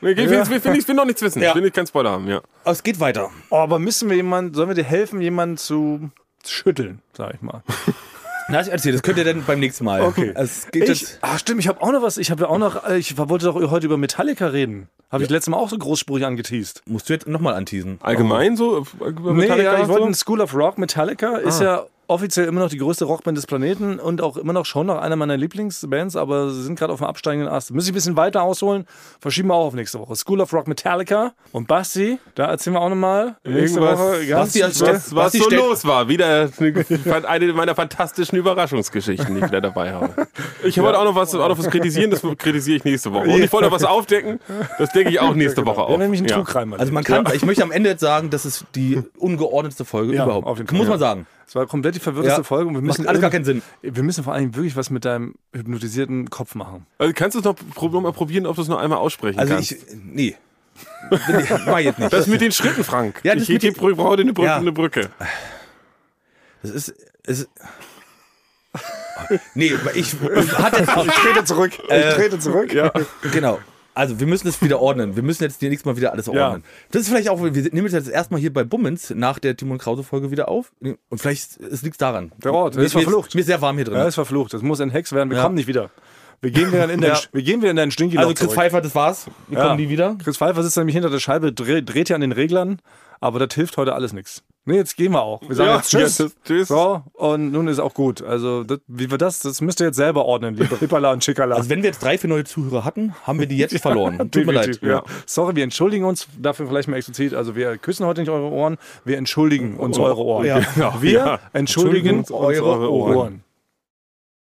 Speaker 3: Ich will,
Speaker 2: Ja.
Speaker 3: will, will, will noch nichts wissen.
Speaker 1: Ja.
Speaker 3: Ich will keinen Spoiler haben. Ja.
Speaker 1: Aber es geht weiter.
Speaker 2: Oh, aber müssen wir jemanden, sollen wir dir helfen, jemanden zu schütteln, sag ich mal.
Speaker 1: Na, ich erzähl, das könnt ihr dann beim nächsten Mal. [laughs]
Speaker 2: Okay.
Speaker 1: Also Es geht
Speaker 2: ich,
Speaker 1: jetzt,
Speaker 2: ah, stimmt, ich habe auch noch was. Ich habe ja auch noch, äh, ich wollte doch heute über Metallica reden. Habe ich letztes Mal auch so großspurig angeteased.
Speaker 1: musst du jetzt nochmal anteasen.
Speaker 3: Allgemein so? über
Speaker 2: Nee,
Speaker 3: Metallica
Speaker 2: ja, ich
Speaker 3: und
Speaker 2: wollte
Speaker 3: so?
Speaker 2: ein School of Rock. Metallica ist
Speaker 1: Ah.
Speaker 2: ja offiziell immer noch die größte Rockband des Planeten und auch immer noch schon noch einer meiner Lieblingsbands, aber sie sind gerade auf dem absteigenden Ast. Muss ich ein bisschen weiter ausholen, verschieben wir auch auf nächste Woche. School of Rock Metallica und Basti, da erzählen wir auch nochmal. Nächste
Speaker 3: Irgendwas-
Speaker 2: Woche ganz
Speaker 1: Basti als
Speaker 2: schnell.
Speaker 1: Chef.
Speaker 3: was, was
Speaker 1: Basti
Speaker 3: so
Speaker 1: stellt-
Speaker 3: los war. Wieder [laughs] eine- eine meiner fantastischen Überraschungsgeschichten, die ich wieder dabei habe. Ich wollte auch noch was, auch noch was kritisieren, das kritisiere ich nächste Woche. Und ich wollte noch was aufdecken, das decke ich auch nächste Woche
Speaker 2: Wir haben
Speaker 3: auf.
Speaker 2: nämlich einen
Speaker 3: Ja.
Speaker 2: Trugreimer.
Speaker 1: Also man kann, ich möchte am Ende jetzt sagen, das ist die ungeordnetste Folge
Speaker 2: Ja,
Speaker 1: überhaupt.
Speaker 2: auf jeden Fall,
Speaker 1: Muss
Speaker 2: ja.
Speaker 1: man sagen.
Speaker 2: Es war komplett die verwirrendste
Speaker 1: Ja.
Speaker 2: Folge und wir
Speaker 1: Macht
Speaker 2: müssen
Speaker 1: alles gar
Speaker 2: irgend-
Speaker 1: keinen Sinn.
Speaker 2: Wir müssen vor allem wirklich was mit deinem hypnotisierten Kopf machen.
Speaker 3: Also kannst du es noch prob- noch mal probieren, ob du es noch einmal aussprechen
Speaker 1: Also
Speaker 3: kannst?
Speaker 1: ich, nee. Nee, Mach ich jetzt nicht.
Speaker 3: das mit den Schritten, Frank.
Speaker 1: Ja, das
Speaker 3: ich
Speaker 1: mit
Speaker 3: hätte
Speaker 1: den-
Speaker 3: brauche eine, Brücke,
Speaker 1: Ja.
Speaker 3: eine Brücke.
Speaker 1: Das ist, es ist, nee, ich, ich hatte
Speaker 2: [laughs] Ich trete zurück. Ich
Speaker 1: Äh,
Speaker 2: trete zurück. Ja.
Speaker 1: Genau. Also wir müssen es wieder ordnen. Wir müssen jetzt nächstes Mal wieder alles
Speaker 2: Ja.
Speaker 1: ordnen. Das ist vielleicht auch, wir nehmen jetzt erstmal hier bei Bummens nach der Timon Krause Folge wieder auf. Und vielleicht liegt es daran.
Speaker 2: Der Ort, der
Speaker 1: mir,
Speaker 2: ist
Speaker 1: mir
Speaker 2: verflucht.
Speaker 1: Mir ist sehr warm hier drin.
Speaker 2: Ja, ist verflucht. Das muss ein Hex werden. Wir
Speaker 1: Ja.
Speaker 2: kommen nicht wieder. Wir gehen wieder in deinen,
Speaker 1: Ja.
Speaker 2: wir gehen wieder in deinen Stinky
Speaker 1: also Chris Pfeiffer, das war's. Wir
Speaker 2: Ja.
Speaker 1: kommen nie wieder.
Speaker 2: Chris Pfeiffer sitzt nämlich hinter der Scheibe, dreht, dreht hier an den Reglern, aber das hilft heute alles nichts. Nee, jetzt gehen wir auch. Wir sagen
Speaker 3: Ja,
Speaker 2: jetzt Tschüss.
Speaker 3: jetzt ist Tschüss.
Speaker 2: So, und nun ist auch gut. Also, das, wie wir das, das müsst ihr jetzt selber ordnen, liebe Hippala und Schickala.
Speaker 1: Also wenn wir jetzt drei, vier neue Zuhörer hatten, haben wir die jetzt
Speaker 2: [laughs]
Speaker 1: verloren. Tut mir leid.
Speaker 2: Definitiv, ja. Sorry, wir entschuldigen uns dafür vielleicht mal explizit. Also wir küssen heute nicht eure Ohren, wir entschuldigen uns eure Ohren.
Speaker 1: Oh. Ja.
Speaker 2: Wir
Speaker 3: Ja.
Speaker 2: entschuldigen,
Speaker 3: Entschuldigen uns
Speaker 2: uns eure
Speaker 3: eure Ohren.
Speaker 2: Ohren.